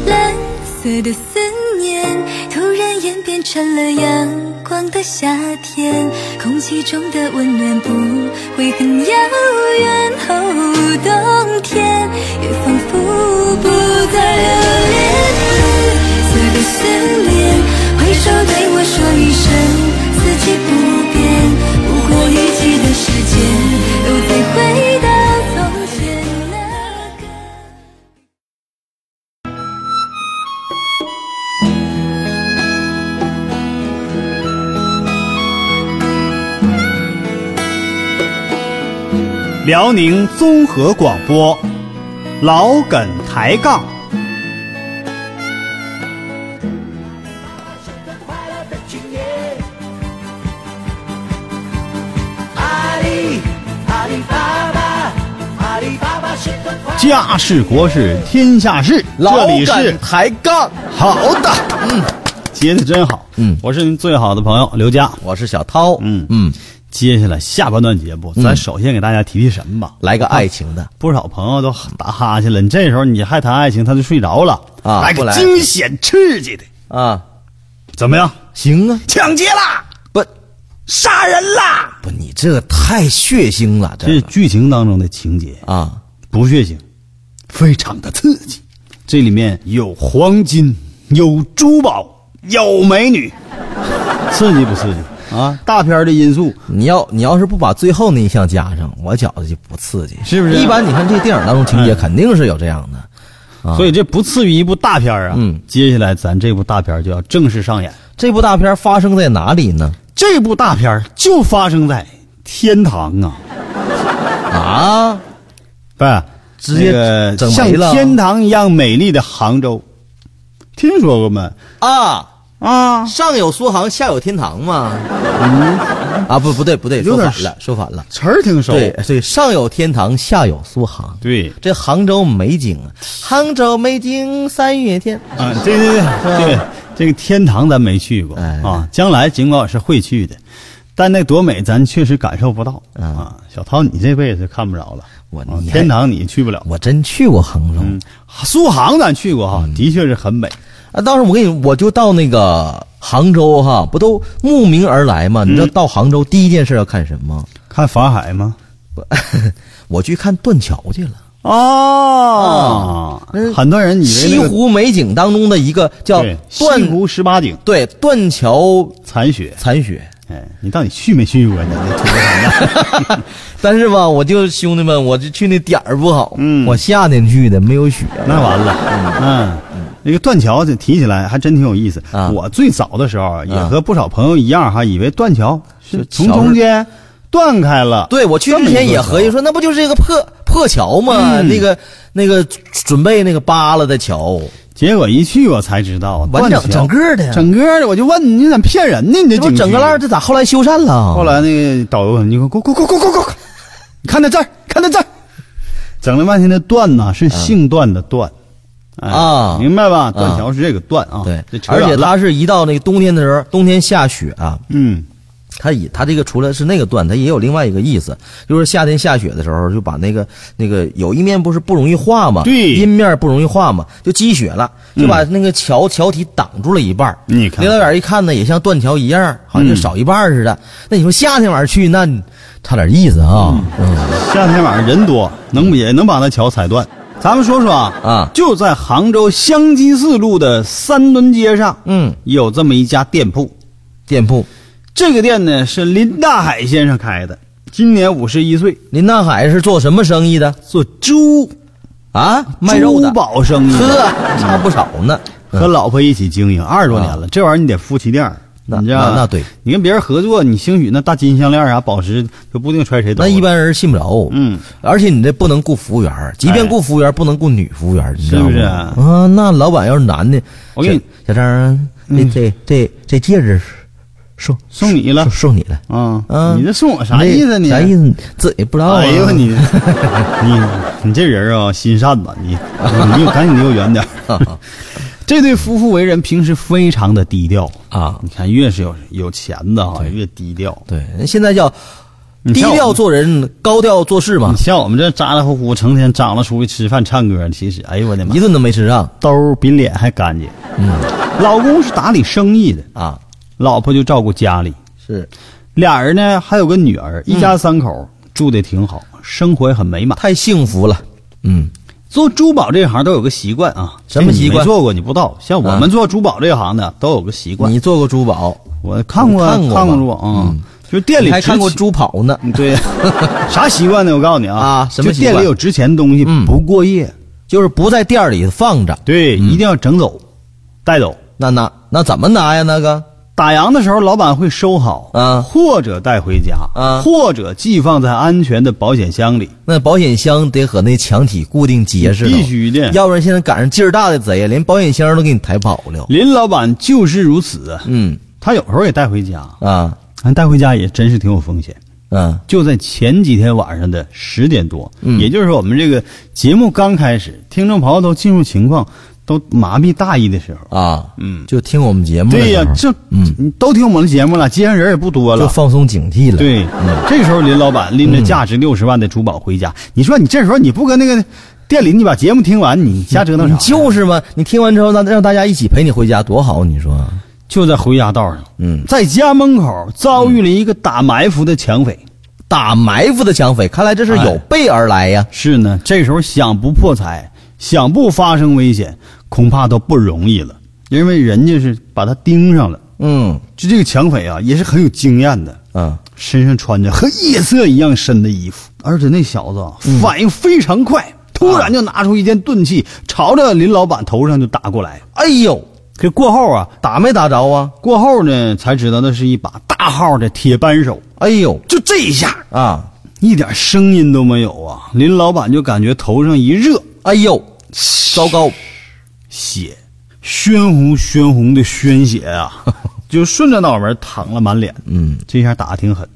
Speaker 7: 蓝色的思念突然演变成了阳光光的夏天，空气中的温暖不会很遥远。哦，冬天也仿佛不再留恋。紫色的思念，挥手对我说一声，四季不变。不过一季的时间，都在回到从前那个。
Speaker 2: 辽宁综合广播，老梗抬杠。
Speaker 8: 快乐的青年。阿里阿里巴巴，阿里巴巴是个快。
Speaker 2: 家事国事天下事，这
Speaker 1: 老
Speaker 2: 里是
Speaker 1: 梗抬杠，
Speaker 2: 好的，嗯，接的真好，
Speaker 1: 嗯
Speaker 2: 我是您最好的朋友刘佳，
Speaker 1: 我是小涛，
Speaker 2: 嗯
Speaker 1: 嗯，
Speaker 2: 接下来下半段节目，咱首先给大家提提什么吧？
Speaker 1: 来个爱情的，
Speaker 2: 不少朋友都打哈欠了，你这时候你还谈爱情，他就睡着了
Speaker 1: 啊
Speaker 2: 来
Speaker 1: 不
Speaker 2: 个
Speaker 1: 来
Speaker 2: 惊险刺激的，
Speaker 1: 啊，
Speaker 2: 怎么样？
Speaker 1: 行啊，
Speaker 9: 抢劫啦，
Speaker 1: 不
Speaker 9: 杀人啦！
Speaker 1: 不，你这个太血腥了，
Speaker 2: 这是
Speaker 1: 这个
Speaker 2: 剧情当中的情节，
Speaker 1: 啊，
Speaker 2: 不血腥，非常的刺激。这里面有黄金，有珠宝，有美女，
Speaker 1: 啊
Speaker 2: 刺激不刺激啊？大片儿的因素
Speaker 1: 你要你要是不把最后那一项加上，我觉得就不刺激，
Speaker 2: 是不是哎
Speaker 1: 一般你看这电影当中情节肯定是有这样的，
Speaker 2: 所以这不次于一部大片儿啊。
Speaker 1: 啊嗯，
Speaker 2: 接下来咱这部大片儿就要正式上演。
Speaker 1: 这部大片发生在哪里呢？
Speaker 2: 这部大片儿就发生在天堂啊，
Speaker 1: 啊，
Speaker 2: 不是
Speaker 1: 直接
Speaker 2: 那个
Speaker 1: 整
Speaker 2: 像
Speaker 1: 没了
Speaker 2: 天堂一样美丽的杭州，听说过吗？
Speaker 1: 啊，
Speaker 2: 啊，
Speaker 1: 上有苏杭，下有天堂嘛。啊，不，不对，不对，
Speaker 2: 嗯有
Speaker 1: 说
Speaker 2: 点
Speaker 1: 反了，说反了。
Speaker 2: 词儿挺熟。
Speaker 1: 对对，上有天堂，下有苏杭。
Speaker 2: 对，
Speaker 1: 这杭州美景啊，杭州美景三月天。
Speaker 2: 啊，对对对对，这个天堂咱没去过
Speaker 1: 哎
Speaker 2: 啊，将来尽管是会去的，但那多美咱确实感受不到啊。小涛，你这辈子看不着了，
Speaker 1: 嗯我
Speaker 2: 啊
Speaker 1: 你还
Speaker 2: 天堂你去不了。
Speaker 1: 我真去过杭州、
Speaker 2: 嗯，苏杭咱去过哈，
Speaker 1: 嗯
Speaker 2: 的确是很美。
Speaker 1: 啊！当时我跟你，我就到那个杭州哈，不都慕名而来吗？你
Speaker 2: 嗯
Speaker 1: 知道到杭州第一件事要看什么？
Speaker 2: 看法海吗？
Speaker 1: 我去看断桥去了。
Speaker 2: 哦，啊很多人以为
Speaker 1: 啊西
Speaker 2: 那个
Speaker 1: 湖美景当中的一个叫
Speaker 2: 对
Speaker 1: 断
Speaker 2: 西湖十八景
Speaker 1: 对断桥
Speaker 2: 残雪。
Speaker 1: 残 雪，
Speaker 2: 哎，你到底去没去过？你这土
Speaker 1: 但是吧，我就兄弟们，我就去那点儿不好，
Speaker 2: 嗯
Speaker 1: 我夏天去的，没有雪。
Speaker 2: 那完了，嗯，那个断桥这提起来还真挺有意思
Speaker 1: 啊。
Speaker 2: 我最早的时候也
Speaker 1: 啊
Speaker 2: 和不少朋友一样哈，以为断桥是
Speaker 1: 就
Speaker 2: 从
Speaker 1: 桥是
Speaker 2: 中间断开了。
Speaker 1: 对我去之前也合计
Speaker 2: 说，
Speaker 1: 说，那不就是一个破破桥吗？
Speaker 2: 嗯
Speaker 1: 那个那个准备那个扒拉的桥，
Speaker 2: 结果一去我才知道，
Speaker 1: 完整
Speaker 2: 断
Speaker 1: 整
Speaker 2: 桥
Speaker 1: 个的呀
Speaker 2: 整个的。我就问你，你咋骗人呢？你这
Speaker 1: 这不
Speaker 2: 景区
Speaker 1: 整个烂儿，。这咋后来修缮了？啊
Speaker 2: 后来那个导游，你给我给我给我给我给我给我，你看那字儿，看那字儿，整了半天那断呐是姓段的段。哎
Speaker 1: 啊
Speaker 2: 明白吧？断桥是这个断啊，
Speaker 1: 对
Speaker 2: 这，扯
Speaker 1: 而且
Speaker 2: 远了
Speaker 1: 它是一到那个冬天的时候，冬天下雪啊，
Speaker 2: 嗯，
Speaker 1: 它以它这个除了是那个段，它也有另外一个意思，就是夏天下雪的时候，就把那个那个有一面不是不容易化嘛，
Speaker 2: 对
Speaker 1: 阴面不容易化嘛，就积雪了，就把那个桥、桥体挡住了一半儿。
Speaker 2: 你看
Speaker 1: 离老远一看呢，也像断桥一样，好像就少一半儿似的。那你说夏天晚上去，那你差点意思啊。嗯
Speaker 2: 夏天晚上人多，能也能把那桥踩断。咱们说说啊，
Speaker 1: 啊
Speaker 2: 就在杭州香积寺路的三墩街上，
Speaker 1: 嗯，
Speaker 2: 有这么一家店铺。
Speaker 1: 店铺，
Speaker 2: 这个店呢是林大海先生开的，今年五十一岁，
Speaker 1: 林大海是做什么生意的
Speaker 2: 做猪
Speaker 1: 啊？卖肉的
Speaker 2: 珠。宝生意的，
Speaker 1: 呵，差不少呢。嗯
Speaker 2: 和老婆一起经营二十多年了。这玩意儿你得夫妻店儿，
Speaker 1: 啊那
Speaker 2: 你知道吧
Speaker 1: 那那对，
Speaker 2: 你跟别人合作，你兴许那大金项链啊、宝石就不定揣谁兜
Speaker 1: 那
Speaker 2: 了。
Speaker 1: 一般人信不着，
Speaker 2: 嗯，
Speaker 1: 而且你这不能雇服务员儿，即便
Speaker 2: 哎
Speaker 1: 雇服务员儿，不能雇女服务员儿，你知道吗？
Speaker 2: 是不是
Speaker 1: 啊，那老板要是男的，
Speaker 2: 我给你嗯
Speaker 1: 小小张，这这这这戒指送
Speaker 2: 送你了
Speaker 1: 送送你了，
Speaker 2: 啊，
Speaker 1: 嗯，
Speaker 2: 你这送我啥
Speaker 1: 你
Speaker 2: 意思？你
Speaker 1: 啥意思？你自己不知道啊？
Speaker 2: 哎呦你， 你你这人啊，心善吧？你你赶紧离我远点儿。这对夫妇为人平时非常的低调
Speaker 1: 啊
Speaker 2: 你看越是有有钱的啊，越低调。
Speaker 1: 对，人现在叫
Speaker 2: 你
Speaker 1: 低
Speaker 2: 像我
Speaker 1: 调做人，高调做事嘛
Speaker 2: 你，像我们这咋咋呼呼，成天张罗出去吃饭唱歌，其实哎呦我的妈
Speaker 1: 一，顿都没吃上
Speaker 2: 兜儿比脸还干净。嗯，老公是打理生意的，
Speaker 1: 啊
Speaker 2: 老婆就照顾家里，
Speaker 1: 是
Speaker 2: 俩人呢还有个女儿，一家三口住的挺好，生活也很美满。
Speaker 1: 太幸福了。嗯，
Speaker 2: 做珠宝这行都有个习惯啊，
Speaker 1: 什么
Speaker 2: 这你
Speaker 1: 习惯
Speaker 2: 没做过你不知道，像我
Speaker 1: 啊
Speaker 2: 们做珠宝这行的都有个习惯。
Speaker 1: 你做过珠宝，
Speaker 2: 我看过
Speaker 1: 你看过吧
Speaker 2: 看珠宝啊
Speaker 1: 嗯，
Speaker 2: 就是店里
Speaker 1: 你还
Speaker 2: 值
Speaker 1: 看过
Speaker 2: 钱
Speaker 1: 珠宝呢？
Speaker 2: 对，啥习惯呢？我告诉你啊，
Speaker 1: 啊什么
Speaker 2: 就
Speaker 1: 习惯
Speaker 2: 店里有值钱的东西
Speaker 1: 嗯
Speaker 2: 不过夜，
Speaker 1: 就是不在店里放着，
Speaker 2: 对，一
Speaker 1: 嗯
Speaker 2: 定要整走，带走。
Speaker 1: 那拿那怎么拿呀？那个
Speaker 2: 打烊的时候，老板会收好，
Speaker 1: 啊
Speaker 2: 或者带回家，
Speaker 1: 啊
Speaker 2: 或者寄放在安全的保险箱里。
Speaker 1: 那保险箱得和那墙体固定结实了，
Speaker 2: 必须的
Speaker 1: 要不然现在赶上劲儿大的贼，连保险箱都给你抬跑了。
Speaker 2: 林老板就是如此，
Speaker 1: 嗯
Speaker 2: 他有时候也带回家，
Speaker 1: 啊
Speaker 2: 但带回家也真是挺有风险。
Speaker 1: 啊，
Speaker 2: 就在前几天晚上的十点多，
Speaker 1: 嗯
Speaker 2: 也就是我们这个节目刚开始，听众朋友都进入情况，都麻痹大意的时候，
Speaker 1: 啊，
Speaker 2: 嗯
Speaker 1: 就听我们节目的
Speaker 2: 对呀、
Speaker 1: 时候
Speaker 2: 这
Speaker 1: 嗯，
Speaker 2: 你都听我们的节目了，街上人也不多
Speaker 1: 就
Speaker 2: 了。
Speaker 1: 放松警惕了。
Speaker 2: 对，嗯这时候林老板拎着价值六十万的珠宝回家，你说你这时候你不跟那个店里你把节目听完，你瞎折腾
Speaker 1: 你
Speaker 2: 啥呀？
Speaker 1: 就是嘛，你听完之后，让让大家一起陪你回家，多好！你说，
Speaker 2: 就在回家道上，
Speaker 1: 嗯，
Speaker 2: 在家门口遭遇了一个打埋伏的抢匪。
Speaker 1: 打埋伏的抢匪，看来这是
Speaker 2: 哎
Speaker 1: 有备而来呀。
Speaker 2: 是呢，这时候想不破财，想不发生危险，恐怕都不容易了，因为人家是把他盯上了。
Speaker 1: 嗯
Speaker 2: 就这个抢匪啊，也是很有经验的，
Speaker 1: 啊，
Speaker 2: 身上穿着和夜色一样深的衣服，而且那小子啊反应非常快，突然就拿出一件钝器，朝着林老板头上就打过来。
Speaker 1: 哎呦，
Speaker 2: 这过后啊，
Speaker 1: 打没打着啊？
Speaker 2: 过后呢才知道那是一把大号的铁扳手，
Speaker 1: 哎呦
Speaker 2: 就这一下
Speaker 1: 啊，
Speaker 2: 一点声音都没有啊！林老板就感觉头上一热，
Speaker 1: 哎呦，糟糕！
Speaker 2: 血，鲜红鲜红的鲜 血啊，就顺着脑门淌了满脸。
Speaker 1: 嗯
Speaker 2: 这下打得挺狠。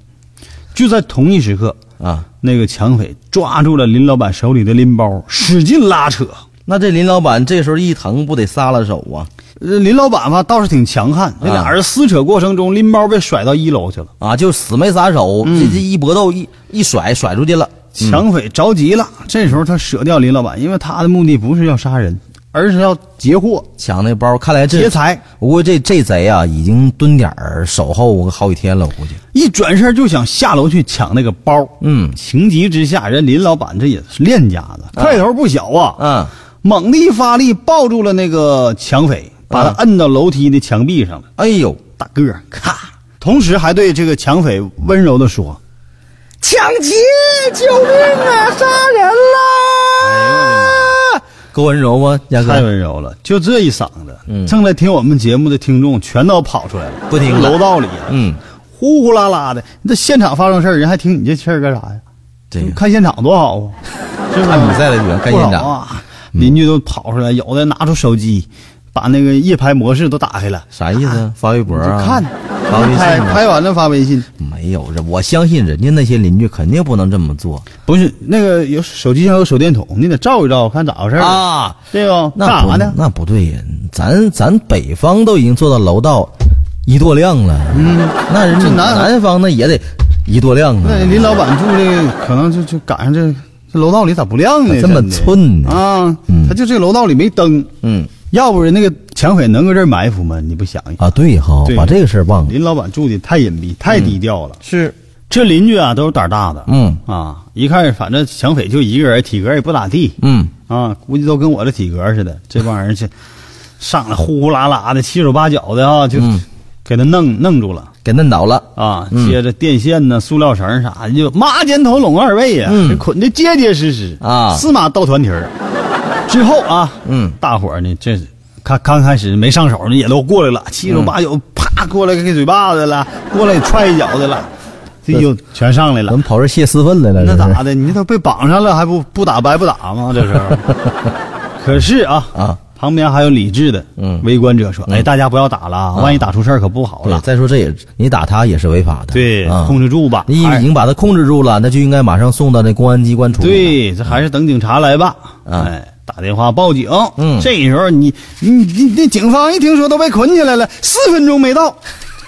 Speaker 2: 就在同一时刻，
Speaker 1: 啊，
Speaker 2: 那个抢匪抓住了林老板手里的拎包，使劲拉扯。
Speaker 1: 那这林老板这时候一疼，不得撒了手啊？
Speaker 2: 呃林老板吧倒是挺强悍，这俩人撕扯过程中，拎包被甩到一楼去了。
Speaker 1: 啊，就死没撒手，
Speaker 2: 嗯
Speaker 1: 这这一搏斗一一甩甩出去了。
Speaker 2: 抢匪着急了，这时候他舍掉林老板，因为他的目的不是要杀人，而是要劫货、
Speaker 1: 抢那包，看来这
Speaker 2: 劫财。
Speaker 1: 不过这这贼啊，已经蹲点儿守候好几天了，我估计。
Speaker 2: 一转身就想下楼去抢那个包。
Speaker 1: 嗯
Speaker 2: 情急之下，人林老板这也是练家子，块头不小啊。
Speaker 1: 嗯，
Speaker 2: 猛地一发力，抱住了那个抢匪，把他
Speaker 1: 啊
Speaker 2: 摁到楼梯的墙壁上了。
Speaker 1: 哎呦，
Speaker 2: 大个儿，咔！同时还对这个抢匪温柔的说
Speaker 3: 抢劫！救命啊！杀人
Speaker 2: 哎
Speaker 3: 啦！
Speaker 1: 够温柔吗，佳：“
Speaker 2: 太
Speaker 1: 哥？
Speaker 2: 温柔了！”就这一嗓子，正在听我们节目的听众全都跑出来了，
Speaker 1: 嗯不听了
Speaker 2: 楼道里，啊
Speaker 1: 嗯，
Speaker 2: 呼呼啦啦的。你这现场发生事儿，人还听你这事儿干啥呀？
Speaker 1: 对，
Speaker 2: 看现场多好啊！ 是
Speaker 1: 看比赛的人看现
Speaker 2: 不
Speaker 1: 场
Speaker 2: 好啊，邻居都跑出来，有的拿出手机，把那个夜拍模式都打开了，
Speaker 1: 啥意思啊？发微博
Speaker 2: 你就
Speaker 1: 啊？
Speaker 2: 看，
Speaker 1: 发微
Speaker 2: 拍
Speaker 1: 信啊
Speaker 2: 拍完了发微信。
Speaker 1: 没有，人我相信人家那些邻居肯定不能这么做
Speaker 2: 不是那个有手机上有手电筒，你得照一照，看咋回事儿，
Speaker 1: 啊。
Speaker 2: 对不？干
Speaker 1: 那
Speaker 2: 啥
Speaker 1: 不
Speaker 2: 呢？
Speaker 1: 那不对呀，咱咱北方都已经做到楼道一垛亮了，嗯，那人家
Speaker 2: 这南
Speaker 1: 南方那也得一垛亮啊。
Speaker 2: 那林老板住这可能就就赶上这这楼道里咋不亮呢？
Speaker 1: 咋这么
Speaker 2: 真的
Speaker 1: 寸呢
Speaker 2: 啊
Speaker 1: 嗯！
Speaker 2: 他就这楼道里没灯，
Speaker 1: 嗯
Speaker 2: 要不然那个抢匪能搁这儿埋伏吗？你不想一想，
Speaker 1: 啊，对哈，
Speaker 2: 对
Speaker 1: 把这个事儿忘了。
Speaker 2: 林老板住的太隐蔽、太低调了。
Speaker 1: 是，
Speaker 2: 这邻居啊都是胆儿大的，
Speaker 1: 嗯
Speaker 2: 啊，一看反正抢匪就一个人，体格也不咋地，
Speaker 1: 嗯，
Speaker 2: 啊，估计都跟我这体格似的。这帮人去上来呼呼啦啦的，七手八脚的啊，就
Speaker 1: 嗯
Speaker 2: 给他弄弄住了
Speaker 1: 给摁倒了。
Speaker 2: 啊。
Speaker 1: 嗯
Speaker 2: 接着电线呢、塑料绳啥的，就麻尖头拢二位呀、
Speaker 1: 嗯
Speaker 2: 这捆的结结实实
Speaker 1: 啊
Speaker 2: 司马倒团蹄儿。之后啊，
Speaker 1: 嗯
Speaker 2: 大伙儿呢，这看刚开始没上手呢，也都过来了，七手八脚，
Speaker 1: 嗯
Speaker 2: 啪过来给嘴巴子了，过来踹一脚的了，这就全上来了
Speaker 1: 咱。们跑这泄私愤来了，
Speaker 2: 那
Speaker 1: 这是
Speaker 2: 咋的？你这都被绑上了，还不不打白不打吗？这是。 可是啊
Speaker 1: 啊，
Speaker 2: 旁边还有理智的
Speaker 1: 嗯
Speaker 2: 围观者说：“哎，大家不要打了啊，万一打出事儿可不好
Speaker 1: 对，
Speaker 2: 了。
Speaker 1: 再说这也你打他也是违法的，
Speaker 2: 对
Speaker 1: 啊，
Speaker 2: 控制住吧
Speaker 1: 你已经把他控制住了，那就应该马上送到那公安机关”处理。，
Speaker 2: 对，这还是等警察来吧。
Speaker 1: 啊
Speaker 2: 哎，打电话报警。
Speaker 1: 嗯
Speaker 2: 这时候你你你那警方一听说都被捆起来了，四分钟没到，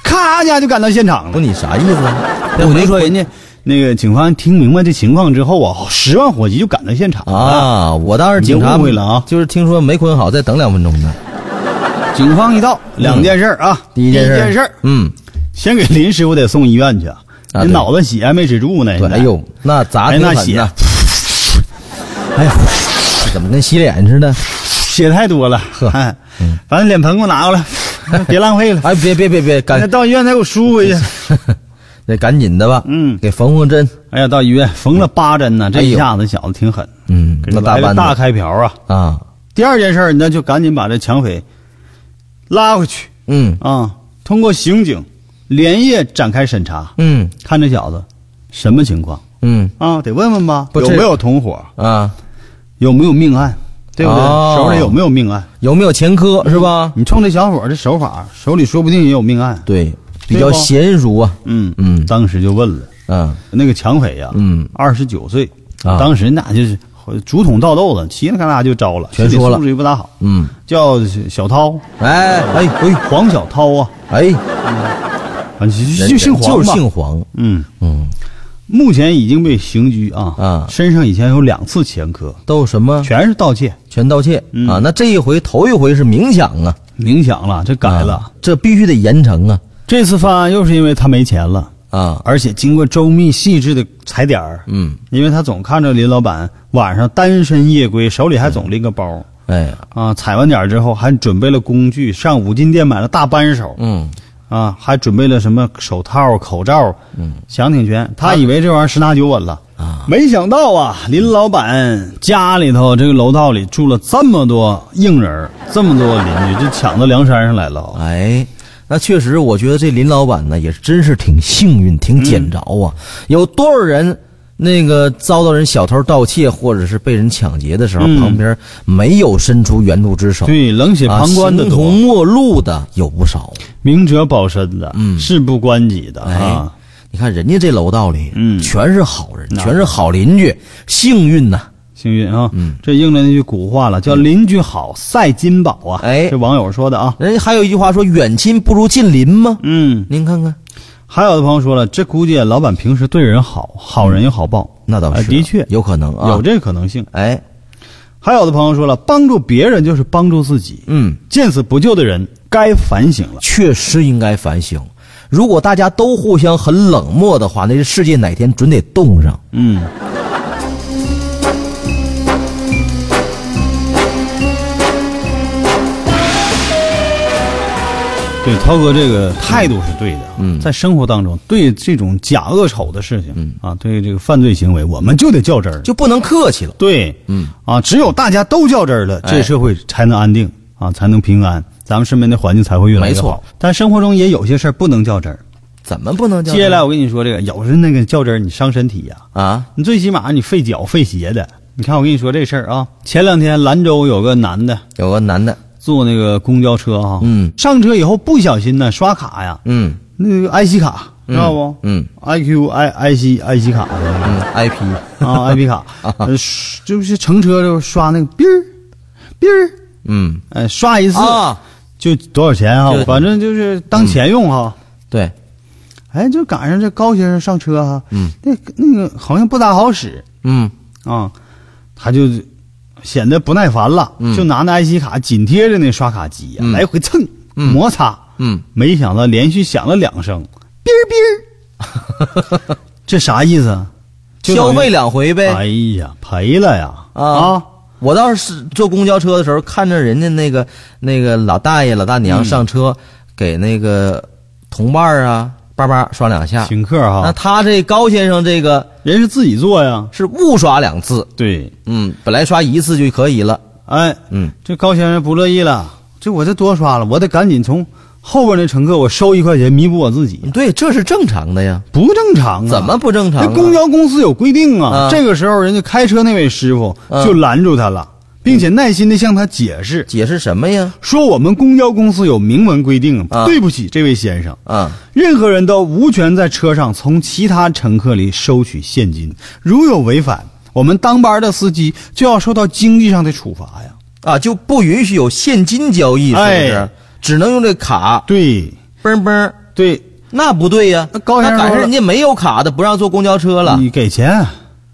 Speaker 2: 咔一下就赶到现场
Speaker 1: 不，
Speaker 2: 了。
Speaker 1: 你啥意思啊？那我就说人家
Speaker 2: 那个警方听明白这情况之后啊，十万火急就赶到现场了。
Speaker 1: 啊，我当时警察
Speaker 2: 你误会了啊
Speaker 1: 就是听说没捆好，再等两分钟呢。
Speaker 2: 警方一到，两件事儿啊。
Speaker 1: 嗯第一件事儿
Speaker 2: 第一件事儿
Speaker 1: 嗯，
Speaker 2: 先给林师傅得送医院去，
Speaker 1: 啊
Speaker 2: 你
Speaker 1: 对
Speaker 2: 脑子血还没止住呢。
Speaker 1: 对，
Speaker 2: 现在
Speaker 1: 哎呦，，那砸
Speaker 2: 哎
Speaker 1: 挺
Speaker 2: 那
Speaker 1: 狠
Speaker 2: 血
Speaker 1: 呐！哎呦，怎么跟洗脸似的？
Speaker 2: 血太多了，
Speaker 1: 呵嗯
Speaker 2: 哎，把那脸盆给我拿过来， 别浪费了。
Speaker 1: 哎，别别别别，
Speaker 2: 那
Speaker 1: 赶
Speaker 2: 到医院再给我输回去。
Speaker 1: 得赶紧的吧，
Speaker 2: 嗯
Speaker 1: 给缝缝针
Speaker 2: 哎呀，到医院缝了八针呢，这
Speaker 1: 哎呦
Speaker 2: 一下子小子挺狠。
Speaker 1: 嗯
Speaker 2: 给人
Speaker 1: 那大
Speaker 2: 来
Speaker 1: 班
Speaker 2: 个
Speaker 1: 子
Speaker 2: 大开瓢啊！
Speaker 1: 啊，
Speaker 2: 第二件事儿，那就赶紧把这抢匪拉回去
Speaker 1: 嗯
Speaker 2: 啊！通过刑警连夜展开审查，
Speaker 1: 嗯
Speaker 2: 看这小子什么情况
Speaker 1: 嗯
Speaker 2: 啊？得问问吧，
Speaker 1: 不
Speaker 2: 有
Speaker 1: 是
Speaker 2: 没有同伙，
Speaker 1: 啊，
Speaker 2: 有没有命案，对不对？
Speaker 1: 哦
Speaker 2: 手里有没有命案？
Speaker 1: 有没有前科是吧？
Speaker 2: 你冲这小伙儿这手法，手里说不定也有命案。
Speaker 1: 对，比
Speaker 2: 对
Speaker 1: 较
Speaker 2: 不
Speaker 1: 娴熟啊，
Speaker 2: 嗯
Speaker 1: 嗯
Speaker 2: 当时就问了
Speaker 1: 嗯
Speaker 2: 那个抢匪呀、
Speaker 1: 嗯
Speaker 2: 二十九岁，
Speaker 1: 啊
Speaker 2: 当时那就是竹筒倒豆子，稀里嘎啦就招了，
Speaker 1: 全说了
Speaker 2: 心理素质也不大好，
Speaker 1: 嗯，
Speaker 2: 叫小涛，
Speaker 1: 哎哎哎
Speaker 2: 黄小涛啊，
Speaker 1: 哎，
Speaker 2: 啊就
Speaker 1: 人
Speaker 2: 就姓黄
Speaker 1: 就是
Speaker 2: 吧，
Speaker 1: 姓黄，
Speaker 2: 嗯，
Speaker 1: 嗯，
Speaker 2: 目前已经被刑拘啊，
Speaker 1: 啊
Speaker 2: 身上以前有两次前科，
Speaker 1: 都有什么
Speaker 2: 全是盗窃，
Speaker 1: 全盗窃
Speaker 2: 嗯
Speaker 1: 啊？那这一回头一回是明抢啊，
Speaker 2: 明抢了，这改了。
Speaker 1: 啊，这必须得严惩啊
Speaker 2: 这次犯案又是因为他没钱了，
Speaker 1: 啊，
Speaker 2: 而且经过周密细致的踩点儿，
Speaker 1: 嗯，
Speaker 2: 因为他总看着林老板晚上单身夜归，手里还总拎个包。
Speaker 1: 哎
Speaker 2: 啊，踩完点儿之后还准备了工具，上五金店买了大扳手，
Speaker 1: 嗯。
Speaker 2: 啊，还准备了什么手套、口罩，嗯，想挺全。他以为这玩意儿十拿九稳了，啊，没想到啊，林老板家里头这个楼道里住了这么多硬人儿，这么多邻居，就抢到梁山上来了啊。
Speaker 1: 哎，那确实，我觉得这林老板呢也真是挺幸运、
Speaker 2: 嗯
Speaker 1: 挺捡着啊。有多少人那个遭到人小偷盗窃，或者是被人抢劫的时候，
Speaker 2: 嗯
Speaker 1: 旁边没有伸出援助之手，
Speaker 2: 对，冷血
Speaker 1: 啊，
Speaker 2: 旁观的
Speaker 1: 形
Speaker 2: 多，
Speaker 1: 同陌路的有不少。
Speaker 2: 明哲保身的，
Speaker 1: 嗯
Speaker 2: 事不关己的
Speaker 1: 哎，
Speaker 2: 啊。
Speaker 1: 你看人家这楼道里，
Speaker 2: 嗯
Speaker 1: 全是好人，
Speaker 2: 那
Speaker 1: 全是好邻居，幸运呐、
Speaker 2: 幸运啊，这应了那句古话了，叫“邻居好，赛金宝”啊。
Speaker 1: 哎
Speaker 2: 这网友说的啊。
Speaker 1: 人家还有一句话说“远亲不如近邻”吗？
Speaker 2: 嗯，
Speaker 1: 您看看，
Speaker 2: 还有的朋友说了，这估计老板平时对人好，好人有好报，
Speaker 1: 嗯那倒是、
Speaker 2: 啊的确
Speaker 1: 有可能啊，
Speaker 2: 有这个可能性。
Speaker 1: 哎，
Speaker 2: 还有的朋友说了，帮助别人就是帮助自己，
Speaker 1: 嗯。
Speaker 2: 见死不救的人该反省了。
Speaker 1: 确实应该反省。如果大家都互相很冷漠的话，那这世界哪天准得冻上。
Speaker 2: 嗯，对，涛哥这个态度是对的。嗯，在生活当中，对这种假恶丑的事情，嗯啊，对这个犯罪行为，我们就得较真儿。
Speaker 1: 就不能客气了。
Speaker 2: 对，嗯啊，只有大家都较真儿了，
Speaker 1: 哎
Speaker 2: 这社会才能安定啊，才能平安，咱们身边的环境才会越来越
Speaker 1: 没
Speaker 2: 好
Speaker 1: 错。
Speaker 2: 但生活中也有些事儿不能较真儿。
Speaker 1: 怎么不能叫？
Speaker 2: 接下来我跟你说，这个有时那个较真儿，你伤身体呀、
Speaker 1: 啊，
Speaker 2: 你最起码你费脚费鞋的。你看我跟你说这事儿啊，前两天兰州有个男的
Speaker 1: 有个男的，
Speaker 2: 坐那个公交车哈、
Speaker 1: 嗯
Speaker 2: 上车以后不小心呢刷卡呀，
Speaker 1: 嗯
Speaker 2: 那个 IC 卡知道不？
Speaker 1: 嗯
Speaker 2: ，IQ I IC IC 卡的那个。
Speaker 1: 嗯，IP
Speaker 2: 啊 ，IP 卡，呃，刷就是乘车就刷那个哔儿，哔儿，
Speaker 1: 嗯
Speaker 2: 哎，刷一次
Speaker 1: 啊，
Speaker 2: 就多少钱啊
Speaker 1: 就？嗯
Speaker 2: 反正就是当钱用哈。
Speaker 1: 对，
Speaker 2: 哎，就赶上这高先生上车哈，
Speaker 1: 嗯，
Speaker 2: 那那个好像不大好使
Speaker 1: 嗯
Speaker 2: 啊，他就显得不耐烦了，
Speaker 1: 嗯
Speaker 2: 就拿那 IC 卡紧贴着那刷卡机呀，来回蹭摩擦，
Speaker 1: 嗯，
Speaker 2: 没想到连续响了两声，哔儿 哔儿，这啥意思啊？就
Speaker 1: 消
Speaker 2: 等于
Speaker 1: 费两回
Speaker 2: 哎
Speaker 1: 呗。
Speaker 2: 呀，赔了呀！
Speaker 1: 啊
Speaker 2: 啊
Speaker 1: 我倒是坐公交车的时候，看着人家那个那个老大爷老大
Speaker 2: 嗯
Speaker 1: 娘上车，给那个同伴儿啊叭叭刷两下。
Speaker 2: 请客
Speaker 1: 那
Speaker 2: 哈，
Speaker 1: 他这高先生这个
Speaker 2: 人是自己做呀。
Speaker 1: 是误刷两次，
Speaker 2: 对，
Speaker 1: 嗯，本来刷一次就可以了。
Speaker 2: 哎，
Speaker 1: 嗯，
Speaker 2: 这高先生不乐意了，这我这多刷了，我得赶紧从后边那乘客我收一块钱弥补我自己，
Speaker 1: 嗯对，这是正常的呀。
Speaker 2: 不正常啊！
Speaker 1: 怎么不正常啊
Speaker 2: 这公交公司有规定啊。
Speaker 1: 啊
Speaker 2: 这个时候，人家开车那位师傅
Speaker 1: 嗯
Speaker 2: 就拦住他了，并且耐心的向他解释，
Speaker 1: 解释什么呀？
Speaker 2: 说我们公交公司有明文规定，
Speaker 1: 啊
Speaker 2: 对不起，这位先生。
Speaker 1: 啊，
Speaker 2: 任何人都无权在车上从其他乘客里收取现金，如有违反，我们当班的司机就要受到经济上的处罚呀。
Speaker 1: 啊，就不允许有现金交易，是不是？
Speaker 2: 哎
Speaker 1: 只能用这卡，
Speaker 2: 对
Speaker 1: 嘣嘣，
Speaker 2: 对，
Speaker 1: 那不对呀、
Speaker 2: 那高先生
Speaker 1: 那赶上
Speaker 2: 说了
Speaker 1: 人家没有卡的，不让坐公交车了，
Speaker 2: 你给钱，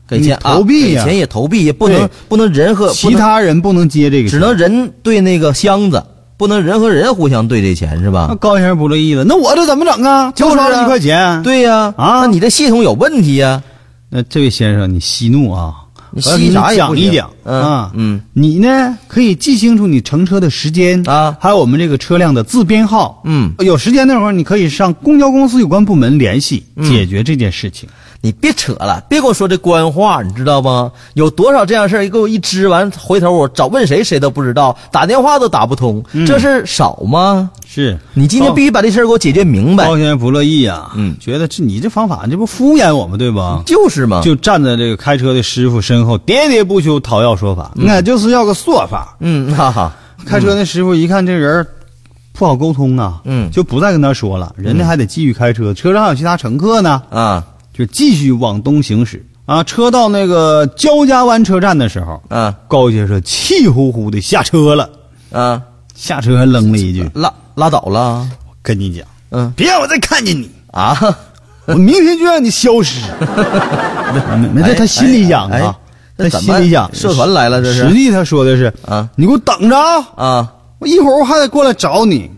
Speaker 1: 给钱
Speaker 2: 你
Speaker 1: 啊，
Speaker 2: 投币呀
Speaker 1: 给钱也投币，也不能
Speaker 2: 对
Speaker 1: 不能人和
Speaker 2: 其，他人不能接这
Speaker 1: 不能
Speaker 2: 个，
Speaker 1: 只能人对那个箱子，不能人和人互相对这钱是
Speaker 2: 那
Speaker 1: 吧？
Speaker 2: 高先生不乐意了，那我这怎么整啊？
Speaker 1: 就是啊
Speaker 2: 刷了一块钱。，
Speaker 1: 对呀、
Speaker 2: 啊
Speaker 1: 那你这系统有问题呀、
Speaker 2: 那这位先生，你息怒啊！
Speaker 1: 你
Speaker 2: 我要给
Speaker 1: 息啥也不行
Speaker 2: 讲一讲
Speaker 1: 嗯
Speaker 2: 啊，
Speaker 1: 嗯，
Speaker 2: 你呢可以记清楚你乘车的时间
Speaker 1: 啊
Speaker 2: 还有我们这个车辆的自编号，
Speaker 1: 嗯
Speaker 2: 有时间那会儿你可以上公交公司有关部门联系
Speaker 1: 嗯
Speaker 2: 解决这件事情。
Speaker 1: 你别扯了，别跟我说这官话，你知道吗？有多少这样事儿，给我一支完，回头我找问谁谁都不知道，打电话都打不通，
Speaker 2: 嗯
Speaker 1: 这事儿少吗？
Speaker 2: 是
Speaker 1: 你今天必须把这事儿给我解决明白
Speaker 2: 高，先生不乐意啊，
Speaker 1: 嗯
Speaker 2: 觉得这你这方法，你这不敷衍我们对吧？
Speaker 1: 就是嘛，
Speaker 2: 就站在这个开车的师傅身后，喋喋不休讨要说法，那就是要个说法。
Speaker 1: 嗯， 哈哈，
Speaker 2: 开车那师傅一看这人儿不好沟通啊，
Speaker 1: 嗯
Speaker 2: 就不再跟他说了，人家还得继续开车，车上还有其他乘客呢，
Speaker 1: 啊
Speaker 2: 就继续往东行驶啊。车到那个焦家湾车站的时候，
Speaker 1: 啊
Speaker 2: 高先生气呼呼的下车了，
Speaker 1: 啊，
Speaker 2: 下车还扔了一句
Speaker 1: 拉拉倒了，：“
Speaker 2: 跟你讲，
Speaker 1: 嗯
Speaker 2: 别让我再看见你，
Speaker 1: 啊，
Speaker 2: 我明天就让你 消失。没”没这他心里想
Speaker 1: 哎哎哎
Speaker 2: 啊，他
Speaker 1: 这怎么
Speaker 2: 心里想，
Speaker 1: 社团来了这是
Speaker 2: 实际他说的是
Speaker 1: 啊
Speaker 2: 你给我等着啊。
Speaker 1: 啊，
Speaker 2: 我一会儿我还得过来找你，